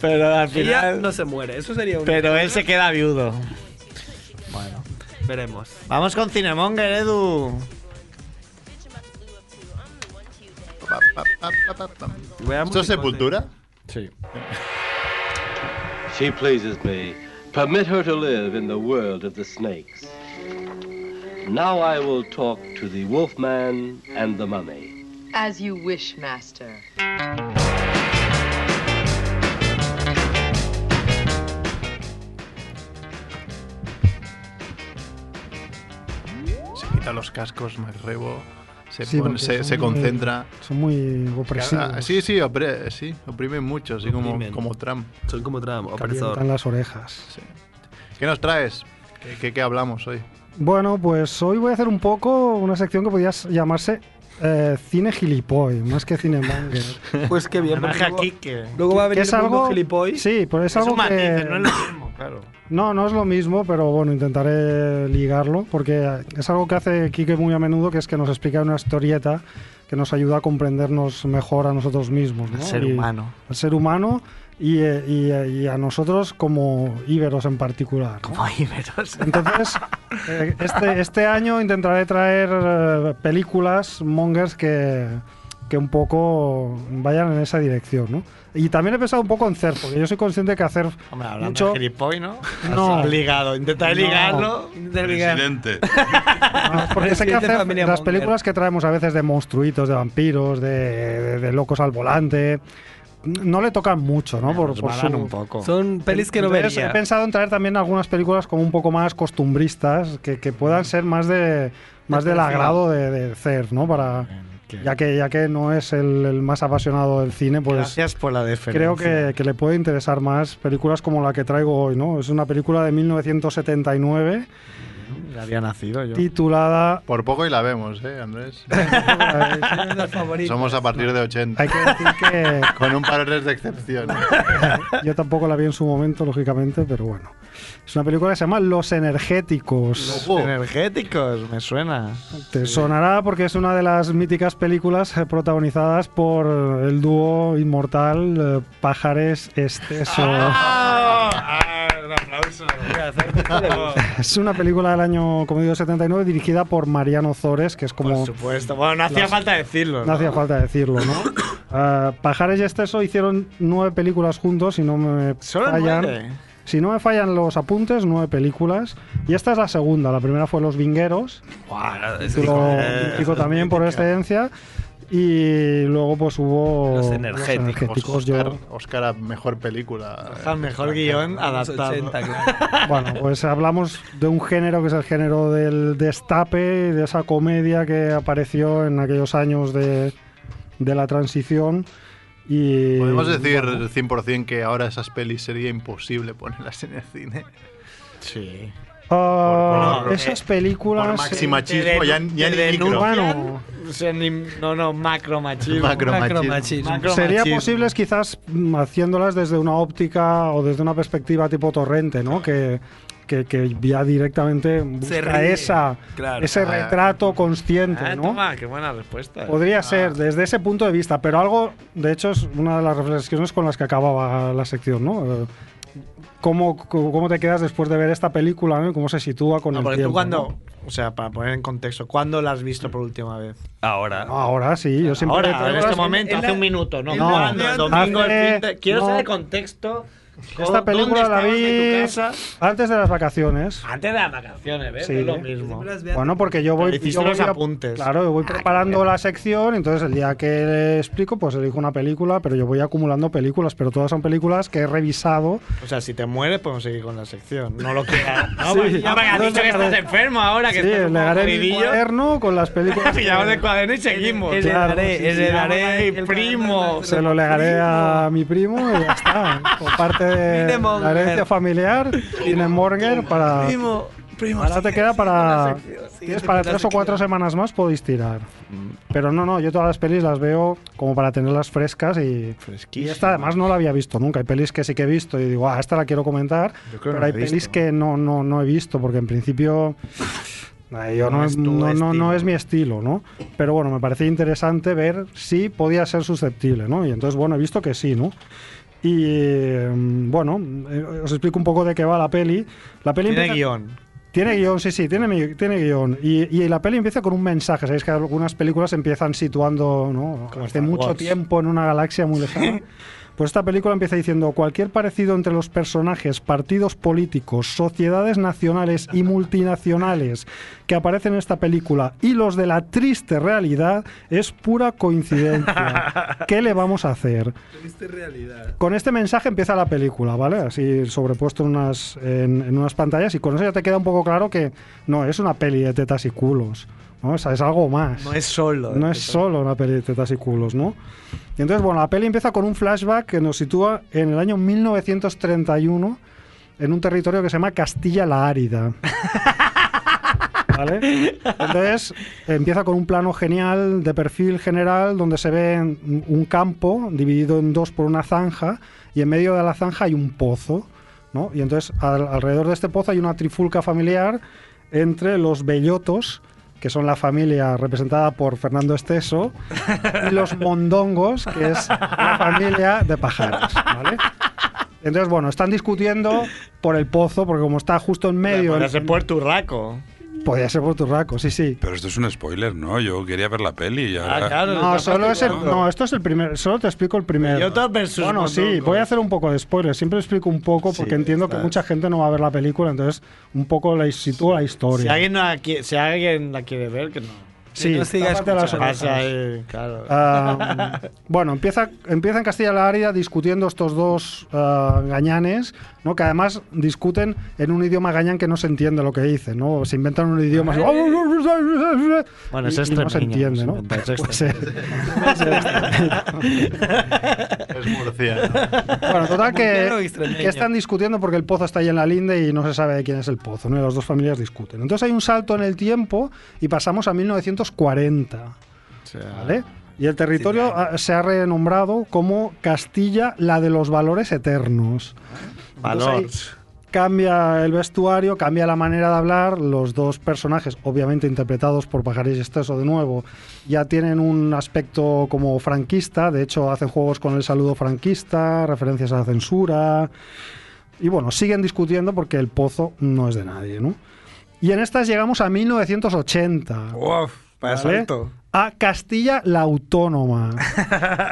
F: Pero
D: Ella
F: al final.
D: no se muere, eso sería un.
F: Pero él se queda viudo. Bueno.
D: Veremos.
F: Vamos con Cinemonger, Edu.
B: Pa, pa, pa, pa, pa, pa.
D: Voy a
B: ¿Esto es sepultura?
F: Sí.
I: She pleases me. Permit her to live in the world of the snakes. Now I will talk to the wolfman and the mummy.
J: As you wish, master.
B: Se quita los cascos, me rebo, se,
E: Sí,
B: pone-
E: porque
B: se,
E: son
B: se
E: muy-
B: concentra.
E: Son muy
B: Ah,
E: opresivos.
B: sí, sí, opre- sí, oprimen mucho, así como,
D: Oprimen.
B: como Trump.
D: Soy como Trump, opresor.
E: Calientan las orejas.
B: ¿Qué nos traes? ¿Qué, qué- qué hablamos hoy?
E: Bueno, pues hoy voy a hacer un poco una sección que podías llamarse eh, cine gilipoy, más que cine monger.
D: Pues qué bien, porque
F: Homenaje a
D: luego,
F: Kike.
D: luego va a
E: Que
D: venir
E: es algo
D: gilipoy.
E: Sí, pues es,
F: Es
E: algo
F: un matiz,
E: que
F: no es lo mismo, claro.
E: no, no es lo mismo, pero bueno, intentaré ligarlo porque es algo que hace Quique muy a menudo, que es que nos explica una historieta que nos ayuda a comprendernos mejor a nosotros mismos, ¿no?
F: El ser
E: Y-
F: humano.
E: al ser humano y, eh, y, eh, y a nosotros como íberos en particular. ¿no?
F: Como Iberos.
E: Entonces, eh, este, este año intentaré traer eh, películas mongers que, que un poco vayan en esa dirección, ¿no? Y también he pensado un poco en CERF, porque yo soy consciente que hacer
F: Hombre, hablando
E: mucho...
F: de gilipoy, ¿no?
E: No.
F: Has ligado. Intentaré
E: No.
F: ligarlo.
C: Presidente.
E: Ah, porque sé que
D: Presidente
E: hacer
D: Familia
E: las
D: Monger.
E: películas que traemos a veces de monstruitos, de vampiros, de, de- de locos al volante, no le tocan mucho, ¿no? Por,
F: Nos
E: por
F: malan
E: su,
F: un poco.
D: Son pelis que no
E: Entonces,
D: vería.
E: He pensado en traer también algunas películas como un poco más costumbristas, que, que puedan ser más de más del
D: perfil.
E: agrado de, de CERF, ¿no? Para,
F: Que-
E: ya, que, ya que no es el, el más apasionado del cine, pues
F: Gracias por la deferencia.
E: creo que, que le puede interesar más películas como la que traigo hoy, ¿no? Es una película de 1979
F: Ya había nacido yo.
E: titulada...
B: Por poco y la vemos, ¿eh, Andrés?
D: favorito.
B: Somos a partir de 80.
E: Hay que decir que
B: Con un par o tres de excepciones.
E: yo tampoco la vi en su momento, lógicamente, pero bueno. Es una película que se llama Los Energéticos.
B: Oh,
F: Energéticos, me suena.
E: Te sonará porque es una de las míticas películas eh, protagonizadas por eh, el dúo inmortal eh, Pajares Esteso.
F: un aplauso.
E: Es una película del año, como digo, 79, dirigida por Mariano Zores, que es como...
F: Por supuesto. Bueno, no hacía
E: Las-
F: falta decirlo.
E: No
F: ¿no?
E: hacía falta decirlo, ¿no? Ah, Pajares y Esteso hicieron nueve películas juntos, si no me
F: Solo
E: fallan.
F: nueve.
E: Si no me fallan los apuntes, nueve películas. Y esta es la segunda. La primera fue Los Vingueros. título
D: eh,
E: mítico eh, también por excelencia. Y luego pues hubo
D: Los energéticos.
E: energéticos,
B: Oscar,
E: yo-
B: Oscar a mejor película.
F: Está el mejor guión
D: Los
F: adaptado.
D: 80, claro.
E: bueno, pues hablamos de un género que es el género del destape, de esa comedia que apareció en aquellos años de, de la transición. Y,
B: Podemos
F: Eh,
B: decir 100% que ahora esas pelis sería imposible ponerlas en el cine.
F: Sí.
E: Ah,
B: Por- por-
E: esas
B: Por
E: películas...
B: maximachismo, ya, ya ni
F: Te
B: micro.
F: denuncian.
E: Bueno.
F: O sea, ni- no, no, macro machismo.
B: Macromachismo.
D: Macromachismo.
E: Sería posible quizás mm, haciéndolas desde una óptica o desde una perspectiva tipo torrente, ¿no? Que, que, que ya directamente busca
D: ríe,
E: esa,
D: claro.
E: ese
B: Ah.
E: retrato consciente,
F: Ah,
E: ¿no?
F: toma, qué buena respuesta.
E: Podría ser desde ese punto de vista, pero algo, de hecho, es una de las reflexiones con las que acababa la sección, ¿no? Eh, ¿Cómo, cómo cómo te quedas después de ver esta película ¿no? y cómo se sitúa con
F: No,
E: el
F: Ah, porque
E: tiempo?
F: tú cuando,
E: ¿no?
F: o sea, para poner en contexto, ¿cuándo la has visto por última vez?
D: Ahora.
E: Ahora sí, yo siempre...
F: Ahora, en
E: traigo
F: este
E: las-
F: momento,
D: en
F: hace
D: la-
F: un minuto, ¿no?
E: en la-
F: ¿Cuándo? El domingo, el
E: hace-
F: fin de- Quiero
E: no.
F: saber el contexto
E: Esta película la vi antes de las vacaciones.
F: Antes de las vacaciones, ¿ves?
E: Sí.
F: Es lo mismo.
E: Bueno, porque yo voy.
F: Hiciste
E: yo voy
F: los
E: a-
F: apuntes.
E: Claro, yo voy
F: Ah,
E: preparando la sección, entonces el día que le explico, pues elijo una película, pero yo voy acumulando películas, pero todas son películas que he revisado.
F: O sea, si te mueres, podemos seguir con la sección. No lo queda. No,
E: Sí.
F: me- no me has
E: No
F: dicho que
E: sacaré.
F: estás enfermo ahora, Ah, que
E: sí,
F: estás
E: le
F: un poco
E: daré mi
F: jodidillo.
E: cuaderno con las películas. que-
F: Pillamos de cuaderno y seguimos.
E: El Claro, heredaré, sí, sí. el
F: heredaré, primo.
E: se lo legaré a mi primo y ya está. Por parte de la
D: Linemonger.
E: herencia familiar, Linemonger, para.
D: Primo, primo.
E: Ahora te queda para.
D: Siguiente
E: Tienes para
D: con la
E: tres o cuatro semanas más podéis tirar.
F: Mm.
E: Pero no, no, yo todas las pelis las veo como para tenerlas frescas y. Y esta además no la había visto nunca. Hay pelis que sí que he visto y digo, ah, esta la quiero comentar.
F: Yo creo que
E: Pero
F: no la
E: hay
F: he visto.
E: pelis que no, no, no he visto porque en principio. Ay, yo no,
F: No es tu
E: no- no- no
F: estilo.
E: es mi estilo, ¿no? Pero bueno, me parecía interesante ver si podía ser susceptible, ¿no? Y entonces, bueno, he visto que sí, ¿no? Y eh, bueno, eh, os explico un poco de qué va la peli. La peli
F: Tiene
E: empieza-
F: guión.
E: tiene guión, sí, sí, tiene, mi- tiene guión. Y, y la peli empieza con un mensaje. Sabéis que algunas películas empiezan situando, ¿no? Hace
F: Star
E: mucho
F: Wars.
E: tiempo en una galaxia muy lejana. Pues esta película empieza diciendo, cualquier parecido entre los personajes, partidos políticos, sociedades nacionales y multinacionales que aparecen en esta película y los de la triste realidad es pura coincidencia. ¿Qué le vamos a hacer?
A: Triste realidad.
E: Con este mensaje empieza la película, ¿vale? Así sobrepuesto en unas, en, en unas pantallas y con eso ya te queda un poco claro que no es una peli de tetas y culos, ¿no? O sea, es algo más.
F: No es solo. ¿eh?
E: No es solo una peli de tetas y culos, ¿no? Y entonces, bueno, la peli empieza con un flashback que nos sitúa en el año 1931 en un territorio que se llama Castilla la Árida. ¿Vale? Entonces empieza con un plano genial de perfil general donde se ve un un campo dividido en dos por una zanja y en medio de la zanja hay un pozo. ¿no? Y entonces al- alrededor de este pozo hay una trifulca familiar entre los bellotos, que son la familia representada por Fernando Esteso, y los mondongos, que es la familia de pajares. ¿vale? Entonces, bueno, están discutiendo por el pozo, porque como está justo en medio...
F: Podría
E: el-
F: ser Puerto Urraco.
E: Podría ser por Turraco, sí, sí.
C: Pero esto es un spoiler, ¿no? Yo quería ver la peli
F: Ah,
C: y
E: Ah,
C: ahora...
E: No, solo es el, no, esto es el primer, solo te explico el primer.
F: Bellotos versus
E: Bueno, sí,
F: mondongos.
E: voy a hacer un poco de spoiler, siempre explico un poco porque entiendo que
F: está.
E: mucha gente no va a ver la película, entonces un poco la sitúo la
F: Si
E: historia.
F: alguien, no la qui- si alguien la quiere ver, que no.
E: sí,
D: no siga
E: tápate las
F: Se
E: orejas.
F: pasa ahí, claro.
E: Ah, bueno, empieza, empieza en Castilla la Árida discutiendo estos dos ah, gañanes, ¿no? que además discuten en un idioma gañán que no se entiende lo que dicen, ¿no? se inventan un idioma ¡Oh, así,
F: Bueno, es
E: y- y no se
F: extremeño,
E: entiende,
F: se
E: ¿no? Pues
F: inventa, es
E: Puede ser.
B: Es murciano.
E: Bueno, total que,
D: Murciano y extremeño.
E: que están discutiendo porque el pozo está ahí en la linde y no se sabe de quién es el pozo, ¿no? Y las dos familias discuten. Entonces hay un salto en el tiempo y pasamos a 1940,
F: O sea,
E: ¿vale? Y el territorio ah, se ha renombrado como Castilla, la de los valores eternos. Entonces, ahí
F: Valors.
E: Cambia el vestuario, cambia la manera de hablar. Los dos personajes, obviamente interpretados por Pajares y Esteso de nuevo, ya tienen un aspecto como franquista. De hecho, hacen juegos con el saludo franquista, referencias a la censura. Y bueno, siguen discutiendo porque el pozo no es de nadie, ¿no? Y en estas llegamos a 1980.
F: Uf, para
E: ¿vale?
F: salto.
E: A Castilla la Autónoma.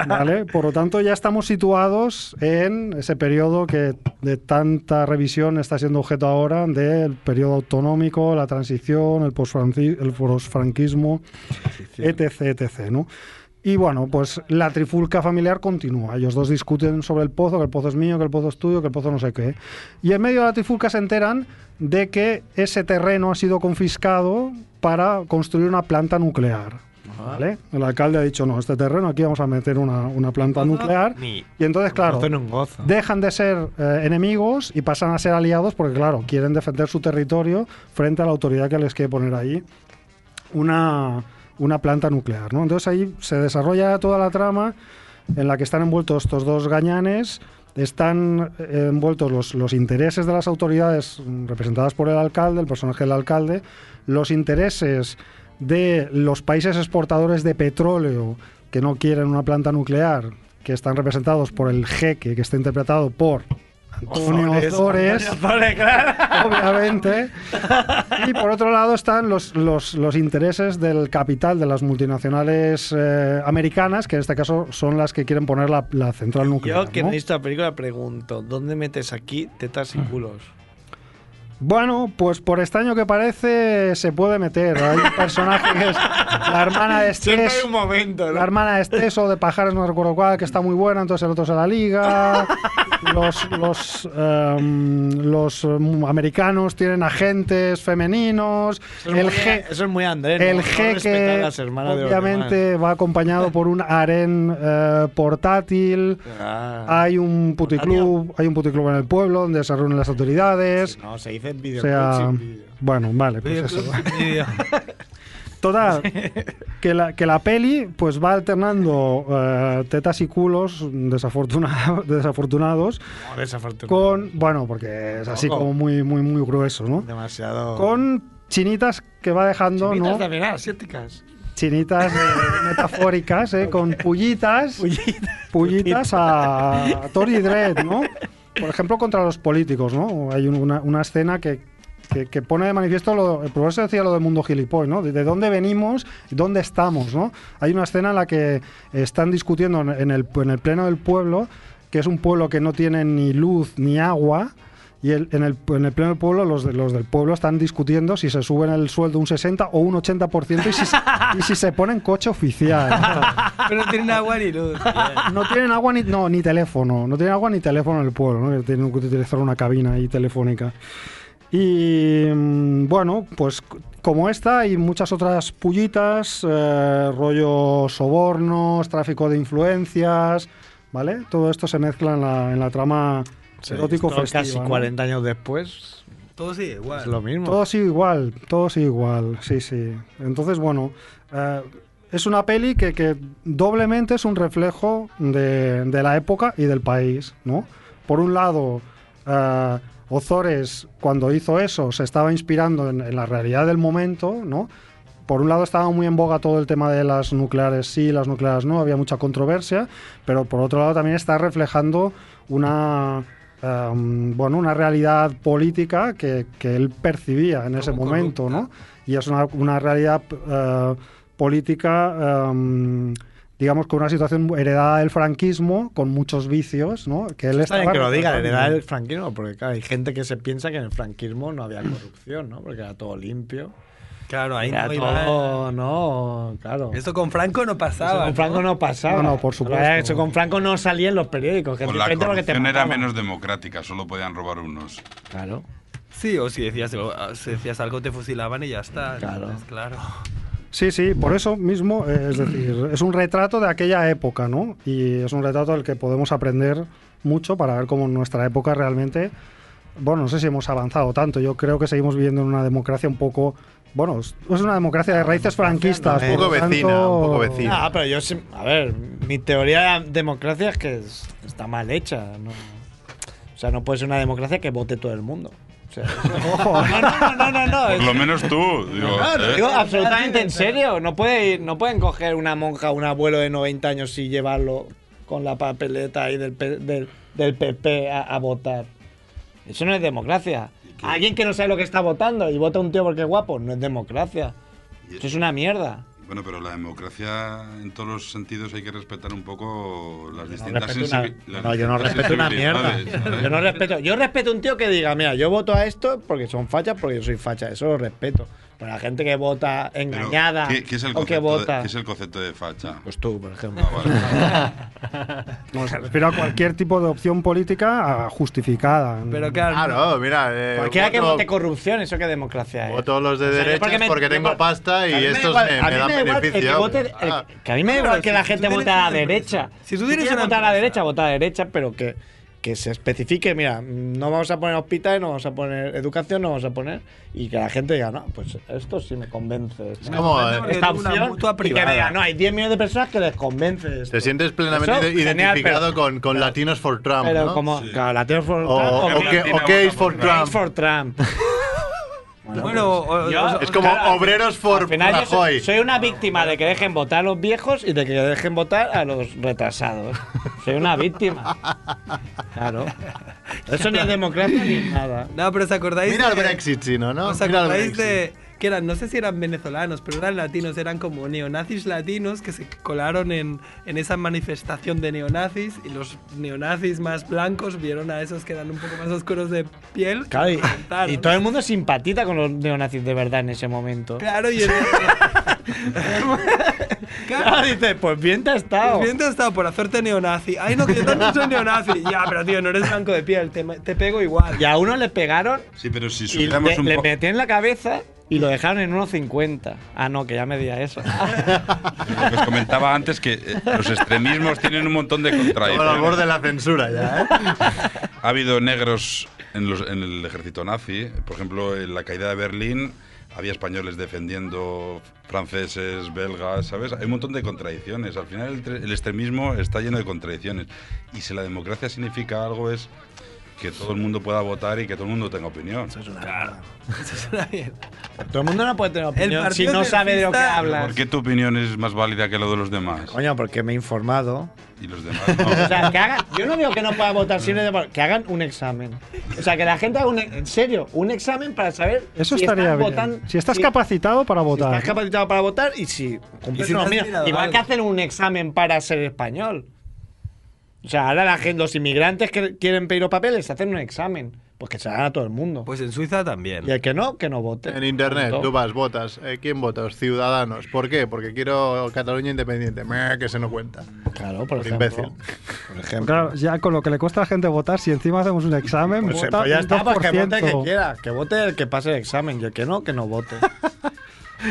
E: ¿Vale? Por lo tanto, ya estamos situados en ese periodo que de tanta revisión está siendo objeto ahora, del periodo autonómico, la transición, el posfranqui- el posfranquismo, etc, etc, ¿no? Y bueno, pues la trifulca familiar continúa. Ellos dos discuten sobre el pozo, que el pozo es mío, que el pozo es tuyo, que el pozo no sé qué. Y en medio de la trifulca se enteran de que ese terreno ha sido confiscado para construir una planta nuclear. ¿vale? El alcalde ha dicho, no, este terreno aquí vamos a meter una, una planta nuclear.
F: Ni-
E: Y entonces, claro,
F: Gozo en un gozo.
E: dejan de ser eh, enemigos y pasan a ser aliados porque, claro, quieren defender su territorio frente a la autoridad que les quiere poner ahí una, una planta nuclear. ¿no? Entonces ahí se desarrolla toda la trama en la que están envueltos estos dos gañanes, están eh, envueltos los, los intereses de las autoridades mm, representadas por el alcalde, el personaje del alcalde, los intereses de los países exportadores de petróleo que no quieren una planta nuclear, que están representados por el jeque, que está interpretado por Antonio
F: Ozores,
E: Ozores,
F: Antonio Ozores, claro.
E: obviamente. Y por otro lado están los, los- los intereses del capital de las multinacionales eh, americanas, que en este caso son las que quieren poner la, la central nuclear.
F: Yo que
E: ¿no?
F: no he visto la película pregunto, ¿dónde metes aquí tetas y
E: Ah.
F: culos?
E: Bueno, pues por extraño que parece, se puede meter. Hay un personaje que es la hermana de
F: Siempre
E: Estés.
F: hay un momento,
E: La hermana de Estés o de Pajares, no recuerdo cuál, que está muy buena, entonces el otro es de la liga. Los, los, em, los em, americanos tienen agentes femeninos.
F: Eso es
E: El,
F: muy-
E: je-
F: eso es muy Andrés.
E: el
F: ¿no? No respeta a
E: jeque,
F: las hermanas de los
E: obviamente, va acompañado por un harén eh, portátil.
F: demás. Ah,
E: Hay un puticlub, hay un puticlub en el pueblo donde se reúnen las autoridades.
F: no, se dice
E: O
F: video.
E: sea,
F: coaching, video.
E: bueno, vale, pues eso. Total, que la, que la peli pues va alternando eh, tetas y culos desafortuna- desafortunados
F: No, desafortunado.
E: con, bueno, porque es así
F: Ojo.
E: como muy, muy, muy grueso, ¿no?
F: Demasiado.
E: Con chinitas que va dejando,
F: Chinitas
E: ¿no?
F: también asiáticas.
E: Chinitas eh, metafóricas, ¿eh? Con pullitas, pullitas a, a Tony Dredd, ¿no? Por ejemplo, contra los políticos, ¿no? Hay un- una, una escena que, que, que pone de manifiesto, lo, el profesor decía lo del mundo gilipoll, ¿no? De, de dónde venimos y dónde estamos, ¿no? Hay una escena en la que están discutiendo en- en el, en el pleno del pueblo, que es un pueblo que no tiene ni luz ni agua, y el- en, el, en el pleno del pueblo, los, de- los del pueblo están discutiendo si se suben el sueldo un 60 o un 80% y si, se- y si se ponen coche oficial.
D: Pero no tienen agua ni luz.
E: No tienen agua ni, no, ni teléfono. No tienen agua ni teléfono en el pueblo. ¿no? Que Tienen que utilizar una cabina ahí telefónica. Y mm, bueno, pues c- como esta y muchas otras pullitas, eh, rollo sobornos, tráfico de influencias, ¿vale? Todo esto se mezcla en la, en la trama erótico
F: Esto
E: festiva.
F: Casi
E: ¿no?
F: 40 años después
D: Todo sigue
F: es
D: igual.
F: lo mismo.
E: Todo sigue igual, todo sigue igual, sí, sí. Entonces, bueno, eh, es una peli que, que doblemente es un reflejo de, de la época y del país, ¿no? Por un lado, eh, Ozores, cuando hizo eso, se estaba inspirando en, en la realidad del momento, ¿no? Por un lado estaba muy en boga todo el tema de las nucleares sí, las nucleares no, había mucha controversia, pero por otro lado también está reflejando una em, bueno, una realidad política que, que él percibía en ese momento, ¿no? Y es una, una realidad p- eh, política, em, digamos, con una situación heredada del franquismo, con muchos vicios, ¿no? Que él
F: Está bien
E: estaba
F: que lo diga,
E: retratando.
F: le da el franquismo, porque claro, hay gente que se piensa que en el franquismo no había corrupción, ¿no? Porque era todo limpio.
D: Claro, ahí
F: Era
D: no iba.
F: todo, no, claro.
D: Eso con Franco no
F: Eso
D: pasaba.
F: con Franco no pasaba.
E: No, no, por supuesto.
F: Ahora, Eso con Franco no salía en los periódicos. Que es
C: Pues la
F: diferente porque te
C: corrupción era
F: mataban.
C: menos democrática, solo podían robar unos.
F: Claro.
D: Sí, o si decías, o ah, si decías algo te fusilaban y ya está.
F: Claro.
D: Entonces, claro.
E: Sí, sí, por eso mismo, eh, es decir, es un retrato de aquella época, ¿no? Y es un retrato del que podemos aprender mucho para ver cómo nuestra época realmente, bueno, no sé si hemos avanzado tanto, yo creo que seguimos viviendo en una democracia un poco, bueno, es es una democracia de raíces franquistas.
B: Un poco
E: por lo
B: vecina,
E: tanto-
B: un poco vecina.
F: Ah, pero yo sí. A ver, mi teoría de la democracia es que es- está mal hecha. ¿no? O sea, no puede ser una democracia que vote todo el mundo. O sea, no, no, no, no, no.
C: Por lo
F: es-
C: menos tú. Digo,
F: Lo
C: ¿eh?
F: digo absolutamente en serio. No, puede ir- no pueden coger una monja, un abuelo de 90 años y llevarlo con la papeleta ahí del, P- del, del PP a, a votar. Eso no es democracia. Alguien que no sabe lo que está votando y vota un tío porque es guapo, no es democracia.
C: Y-
F: Eso es una mierda.
C: Bueno, pero la democracia en todos los sentidos hay que respetar un poco las distintas
F: respeto una-
C: sensibi- las
F: no, yo no
C: distintas
F: respeto una mierda.
C: sensibilidades, ¿sabes?
F: Yo no respeto. Yo respeto un tío que diga, mira, yo voto a esto porque son fachas, porque yo soy facha. Eso lo respeto. Pero la gente que vota
C: Pero,
F: engañada
C: ¿qué, qué es el
F: o que
C: concepto
F: vota.
C: De, ¿Qué es el concepto de facha?
F: Pues tú, por ejemplo.
C: Ah, vale.
E: No, se refiere a cualquier tipo de opción política ah, justificada.
D: Pero claro.
B: Claro, mira. eh,
F: Cualquiera que
B: voto-
F: vote corrupción, ¿eso qué democracia es?
B: Voto los de
F: O sea, yo
B: derechas
F: porque
B: porque,
F: me- yo
B: tengo
F: por-
B: pasta
F: A mí
B: y
F: me da
B: estos
F: igual-
B: me,
F: a
B: me
F: mí
B: dan
F: me da igual el que
B: beneficio.
F: vote- el-
B: Ah,
F: que a mí me da
D: Claro,
F: igual que
D: si
F: la
D: tú
F: gente
D: tienes
F: vote a la
D: una empresa-
F: derecha.
D: si tú
F: tú
D: tienes
F: quieres
D: una
F: votar a la
D: empresa-
F: derecha, vota a la derecha, pero que, que se especifique, mira, no vamos a poner hospitales, no vamos a poner educación, no vamos a poner... Y que la gente diga, no, pues esto sí me convence.
B: es como. eh,
D: porque
F: Esta
D: es una
F: opción,
D: mutua
F: y que
D: privada.
F: diga, no, hay 10 millones de personas que les convence esto".
B: Te sientes plenamente
F: Eso, genial,
B: identificado
F: pero-
B: con, con Latinos for Trump,
F: Pero
B: ¿no?
F: como, claro, latinos for
B: O,
F: Trump,
B: o
F: o
B: que- o gays for
F: gays
B: Trump.
F: for Trump.
D: Bueno, o-
F: yo-
D: o-
B: Es como
F: Claro, al-
B: obreros for
F: Al final yo soy,
B: Rajoy.
F: soy una víctima de que dejen votar a los viejos y de que dejen votar a los retrasados. Soy una víctima. Claro. Eso ni es democracia ni es nada.
D: No, pero ¿os acordáis?
B: Mira el
D: de-
B: Brexit, si no, ¿no?
D: ¿Os
B: Mira el
D: acordáis
B: Brexit.
D: de.? Que eran, no sé si eran venezolanos, pero eran latinos, eran como neonazis latinos que se colaron en, en esa manifestación de neonazis y los neonazis más blancos vieron a esos que eran un poco más oscuros de piel.
F: Claro, y,
D: Claro.
F: y todo el mundo simpatiza con los neonazis de verdad en ese momento.
D: Claro, y en-
F: Claro, dices, pues bien te ha estado.
D: Bien te ha estado por hacerte neonazi. Ay, no, que yo también soy neonazi. Ya, pero tío, no eres blanco de piel, te, ma- te pego igual.
F: Y a uno le pegaron
C: Sí, pero si
F: y
C: subiéramos
F: le,
C: un
F: le
C: poco.
F: metieron en la cabeza y lo dejaron en 1,50. Ah, no, que ya me diga eso.
C: Lo que os comentaba antes que eh, los extremismos tienen un montón de
B: Por el borde
C: contradicciones.
B: de la censura ya, ¿eh?
C: Ha habido negros en, los- en el ejército nazi. Por ejemplo, en la caída de Berlín había españoles defendiendo franceses, belgas, ¿sabes? Hay un montón de contradicciones. Al final el, tre- el extremismo está lleno de contradicciones. Y si la democracia significa algo es que todo el mundo pueda votar y que todo el mundo tenga opinión.
D: Eso suena bien.
F: Todo el mundo no puede tener opinión si
D: partido
F: no sabe de lo que
D: terrorista-
F: hablas.
C: ¿Por qué tu opinión es más válida que la de los demás?
K: Coño, porque me he informado.
C: Y los demás no.
F: O sea, que hagan. Yo no digo que no pueda votar siempre de por- Que hagan un examen. O sea, que la gente haga un. e- En serio, un examen para saber.
E: Eso
F: si
E: estaría
F: estás
E: bien.
F: votan-
E: si estás
F: si-
E: capacitado para
F: si
E: votar.
F: estás capacitado para votar y si cumples
D: Y si
F: no,
D: te has
F: mira,
D: tirado
F: Igual
D: algo.
F: que hacen un examen para ser español. O sea, ahora la gente, los inmigrantes que quieren pedir los papeles hacen un examen. Pues que se hagan a todo el mundo.
D: Pues en Suiza también.
F: y el que no, que no vote.
B: En internet,
F: Punto.
B: tú vas, votas. Eh, ¿Quién votas? Ciudadanos. ¿Por qué? Porque quiero Cataluña independiente. Meh, que se no cuenta.
F: Claro, por,
B: Por
F: ejemplo.
B: imbécil.
K: Por ejemplo.
E: Claro, ya con lo que le cuesta a la gente votar, si encima hacemos un examen,
K: Pues,
E: vota
K: pues ya está,
E: un
K: pues que vote el que
E: 2%.
K: quiera. Que vote el que pase el examen. Y el que no, que no vote.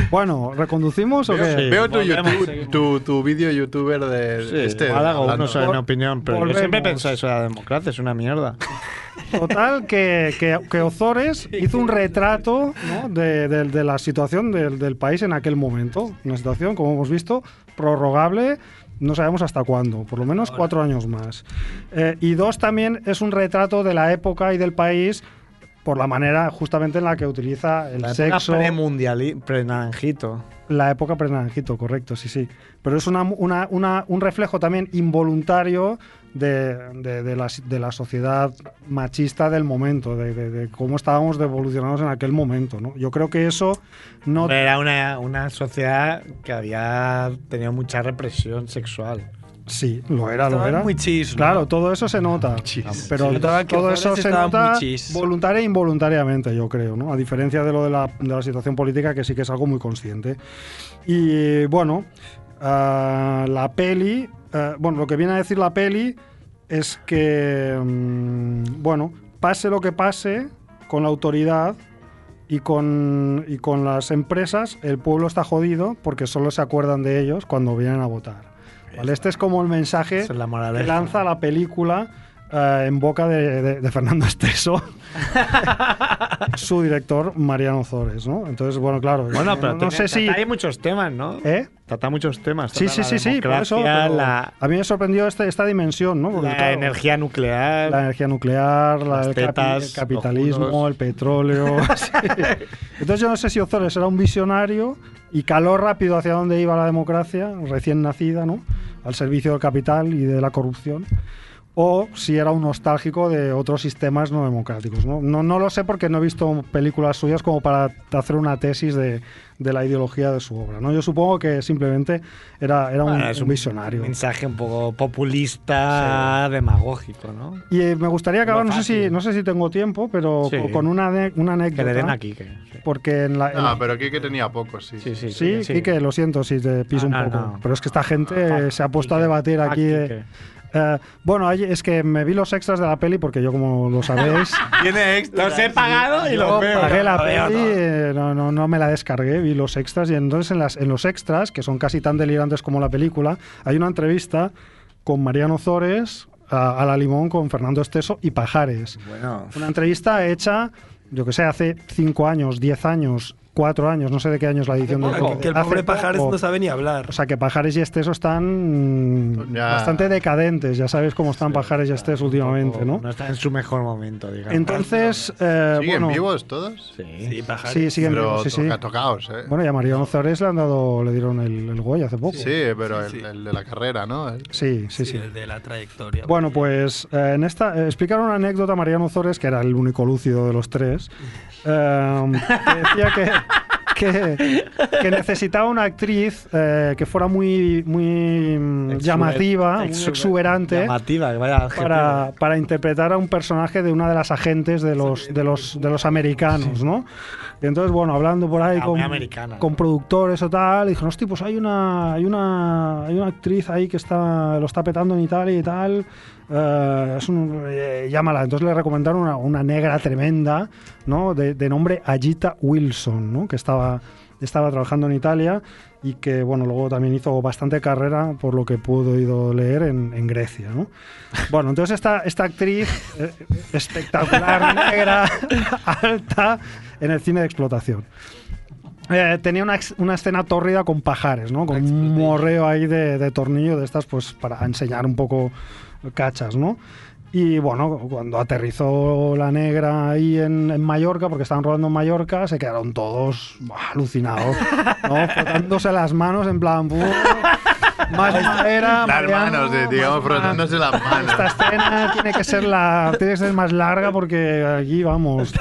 E: Bueno, ¿reconducimos o qué?
K: Sí,
B: Veo tu,
F: volvemos,
B: YouTube-
F: seguimos.
B: tu, tu vídeo youtuber de
K: Sí,
B: este.
K: igual hago
B: hablando.
K: uno sobre mi opinión, pero
E: Volvemos.
K: yo siempre he pensado eso de la democracia, es una mierda.
E: Total, que, que, que Ozores hizo un retrato ¿no? de, de- de la situación del, del país en aquel momento. Una situación, como hemos visto, prorrogable, no sabemos hasta cuándo, por lo menos cuatro años más. Eh, y dos, también es un retrato de la época y del país por la manera justamente en la que utiliza el
K: La
E: sexo.
K: época premundiali- prenaranjito.
E: La época prenaranjito, correcto, sí, sí. Pero es una, una- una- un reflejo también involuntario de, de- de la, de la sociedad machista del momento, de, de- de cómo estábamos devolucionados en aquel momento. ¿no? Yo creo que eso no...
K: Era una, una sociedad que había tenido mucha represión sexual.
E: Sí, lo era, lo
D: Estaban
E: era.
D: muy chis, ¿no?
E: Claro, todo eso se nota. Pero
D: Se notaba
E: to-
D: que
E: todo
D: los
E: eso
D: jóvenes
E: se
D: estaban
E: nota
D: muy chis.
E: voluntaria e involuntariamente, yo creo, ¿no? A diferencia de lo de la, de la situación política, que sí que es algo muy consciente. Y bueno, ah, la peli, ah, bueno, lo que viene a decir la peli es que, mm, bueno, pase lo que pase con la autoridad, y con, y con las empresas, el pueblo está jodido porque solo se acuerdan de ellos cuando vienen a votar. ¿vale? Este es como el mensaje
K: Esa es la moraleja.
E: que lanza la película eh, en boca de, de- de Fernando Esteso, su director Mariano Zores. ¿no? Entonces, bueno, claro,
K: Bueno,
E: no-
K: pero
E: no,
K: tenía-
E: sé si...
K: Hay muchos temas, ¿no?
E: ¿Eh?
K: Trata muchos temas.
E: Sí,
K: trata
E: sí,
K: la
E: sí, sí, por eso,
K: democracia,
E: pero
K: la,
E: a mí me sorprendió este- esta dimensión, ¿no? Porque,
K: la
E: claro,
K: energía nuclear.
E: la energía nuclear, la-
K: Las
E: el, capi-
K: tetas,
E: el capitalismo,
K: los juros.
E: el petróleo. sí. Entonces yo no sé si Ozores era un visionario y caló rápido hacia dónde iba la democracia, recién nacida, ¿no? Al servicio del capital y de la corrupción. O si era un nostálgico de otros sistemas no democráticos. No, no, no lo sé porque no he visto películas suyas como para hacer una tesis de, de la ideología de su obra. ¿no? Yo supongo que simplemente era, era un,
K: Bueno, es
E: un visionario.
K: este mensaje un poco populista, demagógico, ¿no?
E: Y eh, me gustaría acabar,
K: No
E: no, sé si,
K: fácil.
E: no sé si tengo tiempo, pero
K: Sí.
E: co- con una, ane- una anécdota.
K: Que le den aquí. Que, sí.
E: Porque en la. en la-
B: Ah, pero aquí que tenía poco, sí.
K: Sí, sí,
E: sí,
K: sí.
E: Quique, lo siento si te piso
K: No,
E: un
K: no,
E: poco.
K: no.
E: Pero es que esta gente
K: Ah,
E: eh, se ha puesto a
K: Quique.
E: debatir
K: Ah,
E: aquí. de-
K: Quique.
E: Eh, bueno, oye, es que me vi los extras de la peli, porque yo, como lo sabéis,
K: Tiene Los he pagado y los veo.
E: pagué la
K: Lo veo,
E: peli,
K: ¿no?
E: eh, no, no, no me la descargué, vi los extras. Y entonces en, las, en los extras, que son casi tan delirantes como la película, hay una entrevista con Mariano Zores, a, a la Limón, con Fernando Esteso y Pajares.
K: Bueno,
E: Una entrevista hecha, yo que sé, hace 5 años, 10 años, cuatro años, no sé de qué año es la edición del
D: Que, que el
E: Hace
D: pobre Pajares
E: poco.
D: no sabe ni hablar.
E: O sea que Pajares y Esteso están mm,
B: Pues Ya.
E: bastante decadentes, ya sabes cómo están Pajares y Esteso últimamente, ¿no?
K: No está en su mejor momento, digamos.
E: Entonces, eh,
B: ¿Siguen
E: bueno,
B: vivos todos?
K: Sí.
D: Pajares.
E: sí, siguen
B: pero
E: vivos, sí, sí.
B: toca- tocaos, ¿eh?
E: Bueno, y a Mariano Zores le han dado, le dieron el, el Goya hace poco.
B: sí, pero el, el de la carrera, ¿no? El-
E: Sí, sí, sí.
D: El de la trayectoria.
E: Bueno, pues eh, en esta eh, explicaron una anécdota a Mariano Zores, que era el único lúcido de los tres, eh, que decía que, que- que necesitaba una actriz eh, que fuera muy, muy mm,
K: Exuber-
E: llamativa, muy
K: exuber-
E: exuberante.
K: Llamativa, que vaya adjetivo.
E: Para, para interpretar a un personaje de una de las agentes de los, de los, de los americanos, ¿no? Y entonces, bueno, hablando por ahí
K: Ah,
E: con,
K: muy americana.
E: con productores o tal, dijeron, hostia, pues hay una, hay una, hay una actriz ahí que está, lo está petando en Italia y tal, eh, es un- eh, llámala. Entonces le recomendaron una, una negra tremenda, ¿no? De, de nombre Agita Wilson, ¿no? Que estaba, estaba trabajando en Italia y que, bueno, luego también hizo bastante carrera, por lo que puedo ido leer, en, en Grecia, ¿no? Bueno, entonces esta, esta actriz eh, espectacular, negra, alta, en el cine de explotación. Eh, tenía una, ex- una escena tórrida con pajares, ¿no? Con un morreo ahí de, de tornillo de estas, pues para enseñar un poco cachas, ¿no? Y bueno, cuando aterrizó la negra ahí en, en Mallorca, porque estaban rodando en Mallorca, se quedaron todos buah, alucinados, ¿no? Frotándose las manos en plan, "Buh, más madera,
B: Las
E: Ah, Mariano,
B: manos, de, digamos,
E: más madera"
B: frotándose las manos.
E: esta escena tiene que ser la tiene que ser más larga porque aquí vamos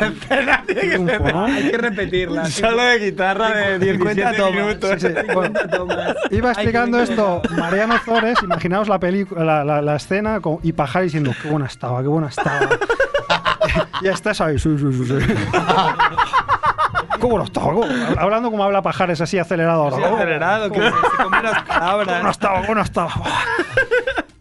E: triunfo, ¿no?
D: Hay que repetirla.
K: Solo de guitarra de 17 minutos.
E: Sí, sí. Bueno, iba explicando esto Mariano Zores imaginaos la película la, la- la escena con- y Pajar diciendo qué buena estaba qué buena estaba y estás ahí sí, sí, sí, sí. qué bueno estaba cómo- hablando como habla Pajares así acelerado ahora
D: Sí,
E: ¿no?
D: acelerado, que se, se come las
E: No
D: palabras.
E: estaba, bueno estaba.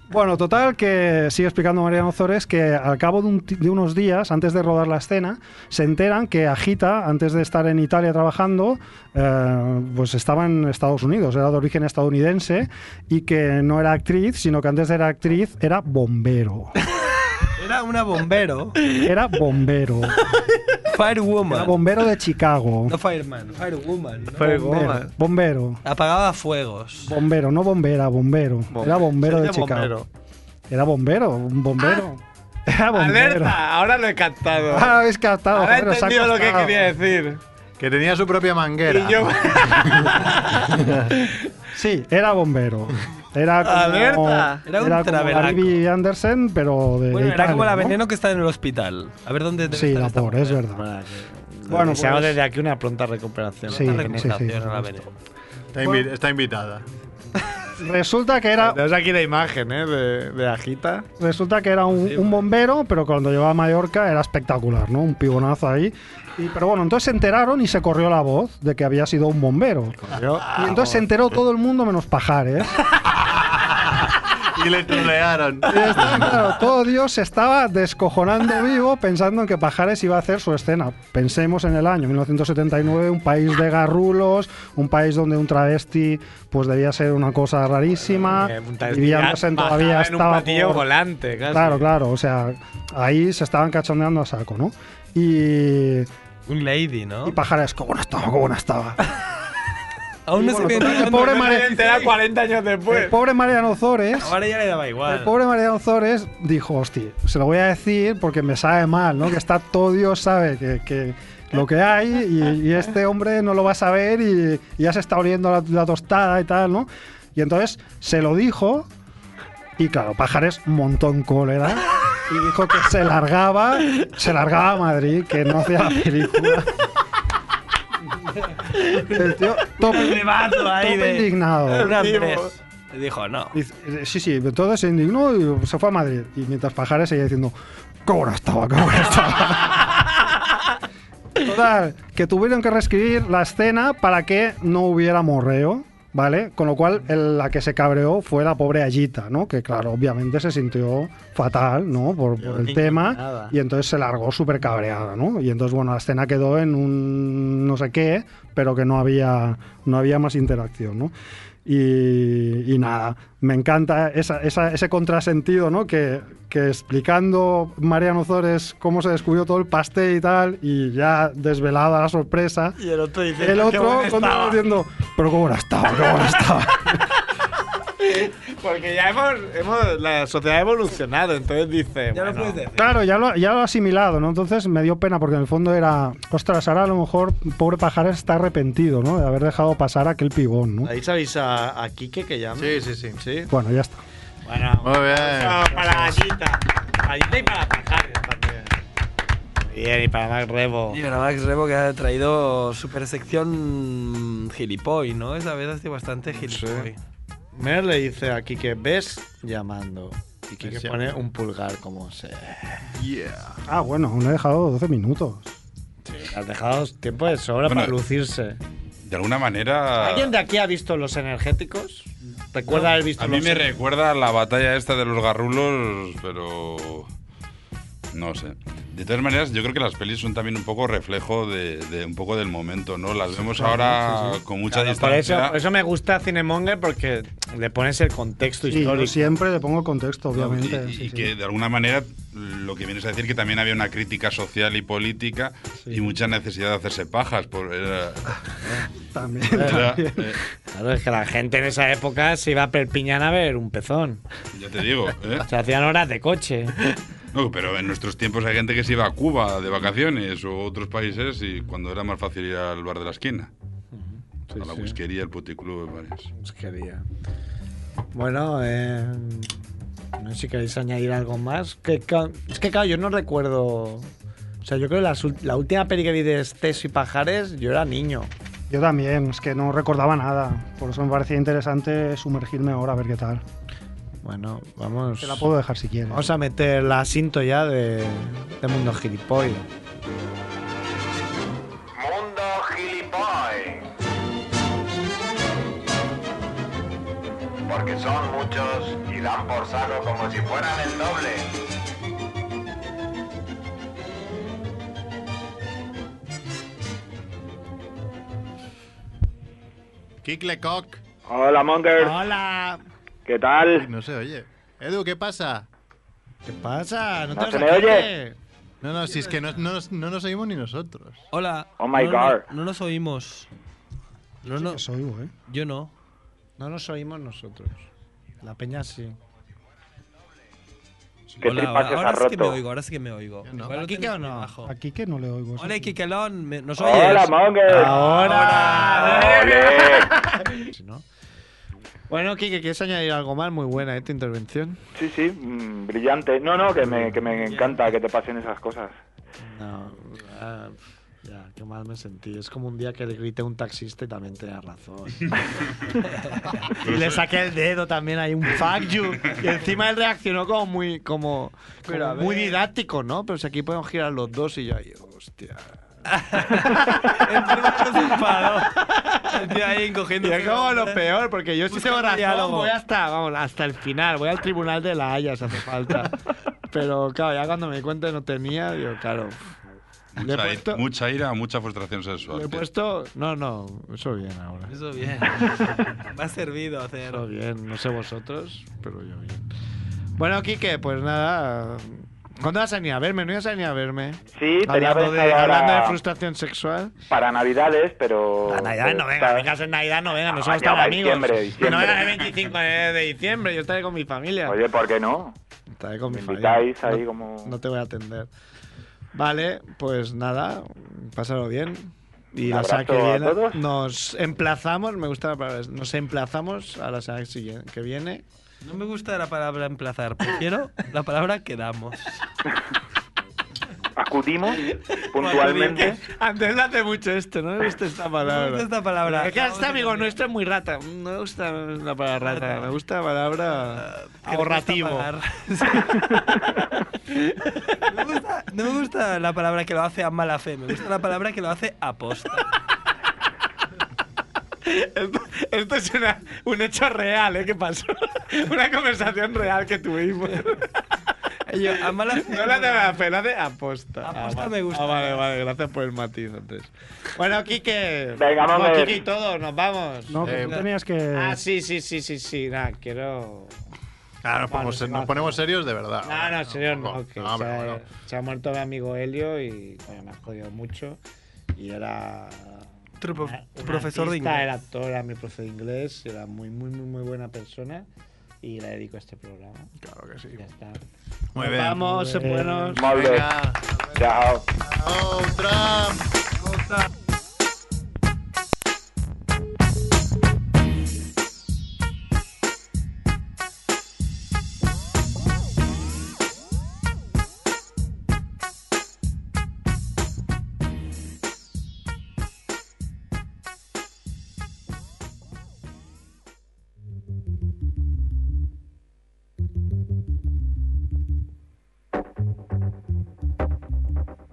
E: Bueno, total, que sigue explicando Mariano Zores que al cabo de, un ti- de unos días, antes de rodar la escena, se enteran que Agita, antes de estar en Italia trabajando, eh, pues estaba en Estados Unidos, era de origen estadounidense y que no era actriz, sino que antes de era actriz era bombero.
D: Era una bombero.
E: Era bombero. Era
D: Firewoman.
E: bombero de Chicago.
D: No fireman, firewoman. ¿no?
E: Bombero. Bombero.
D: Apagaba fuegos.
E: Bombero, no bombera, bombero. Era bombero de
B: Era
E: Chicago.
B: bombero.
E: Era bombero, un bombero. Era
K: Ah.
E: bombero.
K: Alerta, ahora lo he captado.
E: Ah, habéis captado,
K: Ahora he
E: joder, os ha
K: entendido lo que
E: costado.
K: quería decir.
B: Que tenía su propia manguera.
K: Y yo.
E: Sí, era bombero. Era como,
K: Alerta.
D: Era un
E: era como
D: travelaco.
E: Harvey Andersen, pero de
D: Bueno, era
E: Italia,
D: como la
E: ¿no?
D: veneno que está en el hospital. A ver dónde debe
E: Sí,
D: estar
E: la
D: esta
E: pobre, es
D: mujer.
E: verdad.
K: Bueno,
E: Bueno,
K: deseamos
E: pues-
K: desde aquí una pronta recuperación.
E: Sí,
D: Una
E: sí, sí,
D: recomendación
E: sí,
D: a la
E: sí.
D: veneno.
B: Está, invi- está invitada.
E: Resulta que era,
K: Tenemos aquí la imagen, ¿eh? De, de Agita.
E: resulta que era un, un bombero, pero cuando llegó a Mallorca era espectacular, ¿no? Un pibonazo ahí. Y- pero bueno, entonces se enteraron y se corrió la voz de que había sido un bombero.
K: Yo-
E: Y entonces se enteró todo el mundo menos ¿eh? Pajares.
B: Y le trolearon.
E: Y estaba, claro, todo Dios se estaba descojonando vivo pensando en que Pajares iba a hacer su escena. Pensemos en el año 1979, un país de garrulos, un país donde un travesti pues debía ser una cosa rarísima.
K: Eh, un
E: y
K: travesti
E: Vivian
K: ya
E: Andersen
K: bajaba
E: todavía
K: en un
E: estaba
K: patillo
E: por-
K: volante, casi.
E: Claro, claro, o sea, ahí se estaban cachondeando a saco, ¿no? Y,
D: Un lady, ¿no?
E: y Pajares, qué buena estaba, qué buena estaba.
D: Aún no se
E: bueno,
D: piensa
E: total,
D: cuándo
E: pobre
D: me
E: Mare-
D: voy a
K: Será
D: enterar cuál-
K: 40 años
E: El
K: después.
E: pobre Mariano Zores.
D: Ahora ya le daba igual.
E: El pobre Mariano Zores dijo, hostia, se lo voy a decir porque me sabe mal, ¿no? Que está todo Dios sabe que, que lo que hay y, y este hombre no lo va a saber y, y ya se está oliendo la, la tostada y tal, ¿no? Y entonces se lo dijo y claro, Pajares montó en cólera y dijo que se largaba, se largaba a Madrid, que no hacía la película. El tío, top,
D: Un rebato ahí
E: top
D: de-
E: indignado.
D: Un Andrés. Y dijo, no.
E: Dice, eh, Sí, sí, entonces se indignó y se fue a Madrid. Y mientras Pajares seguía diciendo, ¡qué bueno estaba, qué bueno estaba! Total, que tuvieron que reescribir la escena para que no hubiera morreo, ¿vale? Con lo cual, el- la que se cabreó fue la pobre Ayita, ¿no? Que claro, obviamente se sintió fatal, ¿no? Por, por el tema. Y entonces se largó súper cabreada, ¿no? Y entonces, bueno, la escena quedó en un no sé qué, pero que no había, no había más interacción, ¿no? Y, y nada, me encanta esa- esa- ese contrasentido, ¿no? Que, que explicando Mariano Zores cómo se descubrió todo el pastel y tal, y ya desvelada la sorpresa.
L: Y el otro dice,
F: "Ah,
E: El otro continuaba diciendo, pero cómo la estaba, cómo la estaba.
L: Porque ya hemos, hemos- la sociedad ha evolucionado, entonces dice. Ya puedes decir.
E: Claro, ya lo, ya lo he asimilado, ¿no? Entonces me dio pena porque en el fondo era, ostras, ahora a lo mejor pobre Pajares está arrepentido, ¿no? De haber dejado pasar aquel pibón, ¿no?
F: Ahí sabéis a, a Quique que llama. Sí, sí, sí. ¿Sí?
E: Bueno, ya está.
F: Bueno,
B: Muy bien.
F: para Gallita. Gallita y para Pajares también.
L: Bien, y para Mac Rebo.
D: Y para Max Rebo que ha traído super sección gilipoy, ¿no? Esa vez ha sido bastante gilipoy.
F: Mer le dice a Quique, ves llamando. Y
B: Ves
F: Quique
B: llamando.
F: pone un pulgar como se...
B: Yeah.
E: Ah, bueno, aún he dejado 12 minutos.
F: Has dejado tiempo de sobra
C: Bueno,
F: para lucirse.
C: De alguna manera.
F: ¿Alguien de aquí ha visto los energéticos? ¿Recuerda haber visto
C: A mí
F: los
C: me recuerda a la batalla esta de los garrulos, pero no sé. De todas maneras, yo creo que las pelis son también un poco reflejo de, de un poco del momento, ¿no? Las vemos ahora con mucha
F: Claro, por, eso,
C: distancia.
F: por eso me gusta Cinemonger porque le pones el contexto
E: Sí, yo
F: histórico.
E: siempre le pongo el contexto, obviamente.
C: Y, y-
E: sí,
C: y
E: sí.
C: que de alguna manera lo que vienes a decir que también había una crítica social y política y mucha necesidad de hacerse pajas. Por, era-
E: También.
C: era-
E: también.
C: eh,
F: Claro, es que la gente en esa época se iba a Perpiñán a ver un pezón.
C: ya te digo, ¿eh?
F: Se hacían horas de coche.
C: No, pero en nuestros tiempos hay gente que se iba a Cuba de vacaciones o a otros países y cuando era más fácil ir al bar de la esquina. a la whiskería, el puticlub, varios.
F: Pues quería. Bueno, eh, no sé si queréis añadir algo más. Que ca- es que claro, yo no recuerdo... O sea, yo creo que las ul- la última peli que vi de Esteso y Pajares, yo era niño.
E: Yo también, es que no recordaba nada. Por eso me parecía interesante sumergirme ahora a ver qué tal.
F: Bueno, vamos...
E: Te la puedo dejar si quieres.
F: Vamos a meter la cinto ya de, de Mundo Gilipollas.
M: Mundo gilipoy. Porque son muchos y dan por saco como si fueran el doble.
B: Kick Lecoq.
K: Hola, Monger.
F: Hola.
K: ¿Qué tal?
B: No se oye. Edu, ¿qué pasa?
F: ¿Qué pasa? ¿No,
K: ¿No se me oye?
B: No, no, si es que no, no nos- no nos oímos ni nosotros.
D: Hola.
K: Oh my
D: No,
K: God.
D: No, no nos oímos. No, no,
E: Os oigo, ¿eh?
D: yo no.
F: No nos oímos nosotros. La peña sí.
K: ¿Qué
D: Hola,
K: tripa se os ha
D: ahora sí que me
K: roto?
D: oigo, ahora sí que me oigo.
B: no.
D: Igual lo
F: ¿Aquí
D: tenéis
F: qué o no?
D: muy bajo.
E: Aquí que no le oigo.
D: Hola, Kikelón, me- ¿nos oyes?
K: Hola, Monger.
F: ¡Ahora!
K: Ole.
F: Si no. Bueno, Kike, ¿quieres añadir algo más? Muy buena ¿eh? tu intervención.
K: Sí, sí, mm, brillante. No, no, que me, que me encanta que te pasen esas cosas.
F: No. ah, ya, qué mal me sentí. Es como un día que le grité a un taxista y también tenía razón. y le saqué el dedo también, hay un fuck you. Y encima él reaccionó como muy, como,
D: Pero
F: como
D: a
F: muy
D: ver.
F: didáctico, ¿no? Pero si aquí podemos girar los dos y yo ahí, hostia.
D: Enfermo se enfadó. El tío ahí encogiendo.
F: Y es como lo peor, porque yo si
D: Busca
F: tengo
D: un
F: razón,
D: diálogo.
F: voy hasta, vamos, hasta el final, voy al tribunal de La Haya si hace falta. Pero claro, ya cuando me di cuenta que no tenía, digo, claro. Le he
C: Mucha, i-
F: puesto-
C: mucha ira, mucha frustración
F: Le he
C: sexual. tío.
F: puesto. No, no, eso bien ahora.
D: Eso bien. Me ha servido hacer.
F: Eso bien, no sé vosotros, pero yo bien. Bueno, Quique, pues nada. ¿Cuándo vas a venir a verme? ¿No ibas a venir a verme?
K: Sí, tenía
F: Hablando de,
K: pensado ahora
F: hablando de frustración sexual.
K: para Navidades, pero...
F: A Navidad
K: Oh, pero
F: no venga,
K: está-
F: venga en Navidad no venga, no
K: Ah,
F: somos
K: ya,
F: tan
K: va,
F: amigos.
K: diciembre,
F: Que no
K: diciembre.
F: venga el 25 de, de diciembre, yo estaré con mi familia.
K: Oye, ¿por qué no?
F: estaré con mi
K: Me
F: familia.
K: invitáis ahí
F: no,
K: como...
F: no te voy a atender. Vale, pues nada, pásalo bien. Y
K: Un
F: la semana que
K: abrazo a
F: viene
K: todos.
F: nos emplazamos, me gusta la palabra, nos emplazamos a la semana siguiente- que viene.
D: No me gusta la palabra emplazar, prefiero la palabra quedamos.
K: Acudimos puntualmente.
F: Antes no hace mucho esto, no me gusta esta palabra.
D: No me gusta esta palabra.
F: Es que este amigo nuestro es muy rata. No me gusta la palabra rata, me gusta la palabra
D: Ah, Que
F: ahorrativo.
D: no cuesta pagar. No me gusta- no me gusta la palabra que lo hace a mala fe, me gusta la palabra que lo hace a posta.
F: Esto, esto es una- un hecho real, ¿eh? ¿Qué pasó? Una conversación real que tuvimos.
D: Yo, a malas-
F: No la de la fe, la de aposta.
D: Aposta
F: Ah,
D: me
F: va-
D: gusta
F: ah, vale, vale, gracias por el matiz antes. Bueno, Quique.
E: Venga, vamos a ver.
F: Quique y todos, nos vamos.
E: No, que tú tenías que-
F: Ah, sí, sí, sí, sí, sí. Nada, quiero.
B: Claro, nos
F: Vale,
B: ponemos,
F: se
B: nos
F: va.
B: ponemos serios de verdad.
F: No, no, señor, no. que
B: no,
F: se,
B: pero
F: ha,
B: bueno.
F: se ha muerto mi amigo Helio y coño, me ha jodido mucho. Y era.
D: Trupo-
F: una- un
D: profesor de
F: artista,
D: inglés.
F: Era actor, era mi profe de inglés, era muy, muy, muy, muy buena persona. Y la dedico a este programa.
B: Claro que sí.
F: Ya está.
B: Muy
F: Nos
B: bien.
F: Vamos,
B: Muy bien.
F: buenos.
B: Molt bé.
F: Venga.
B: Chao, Trump.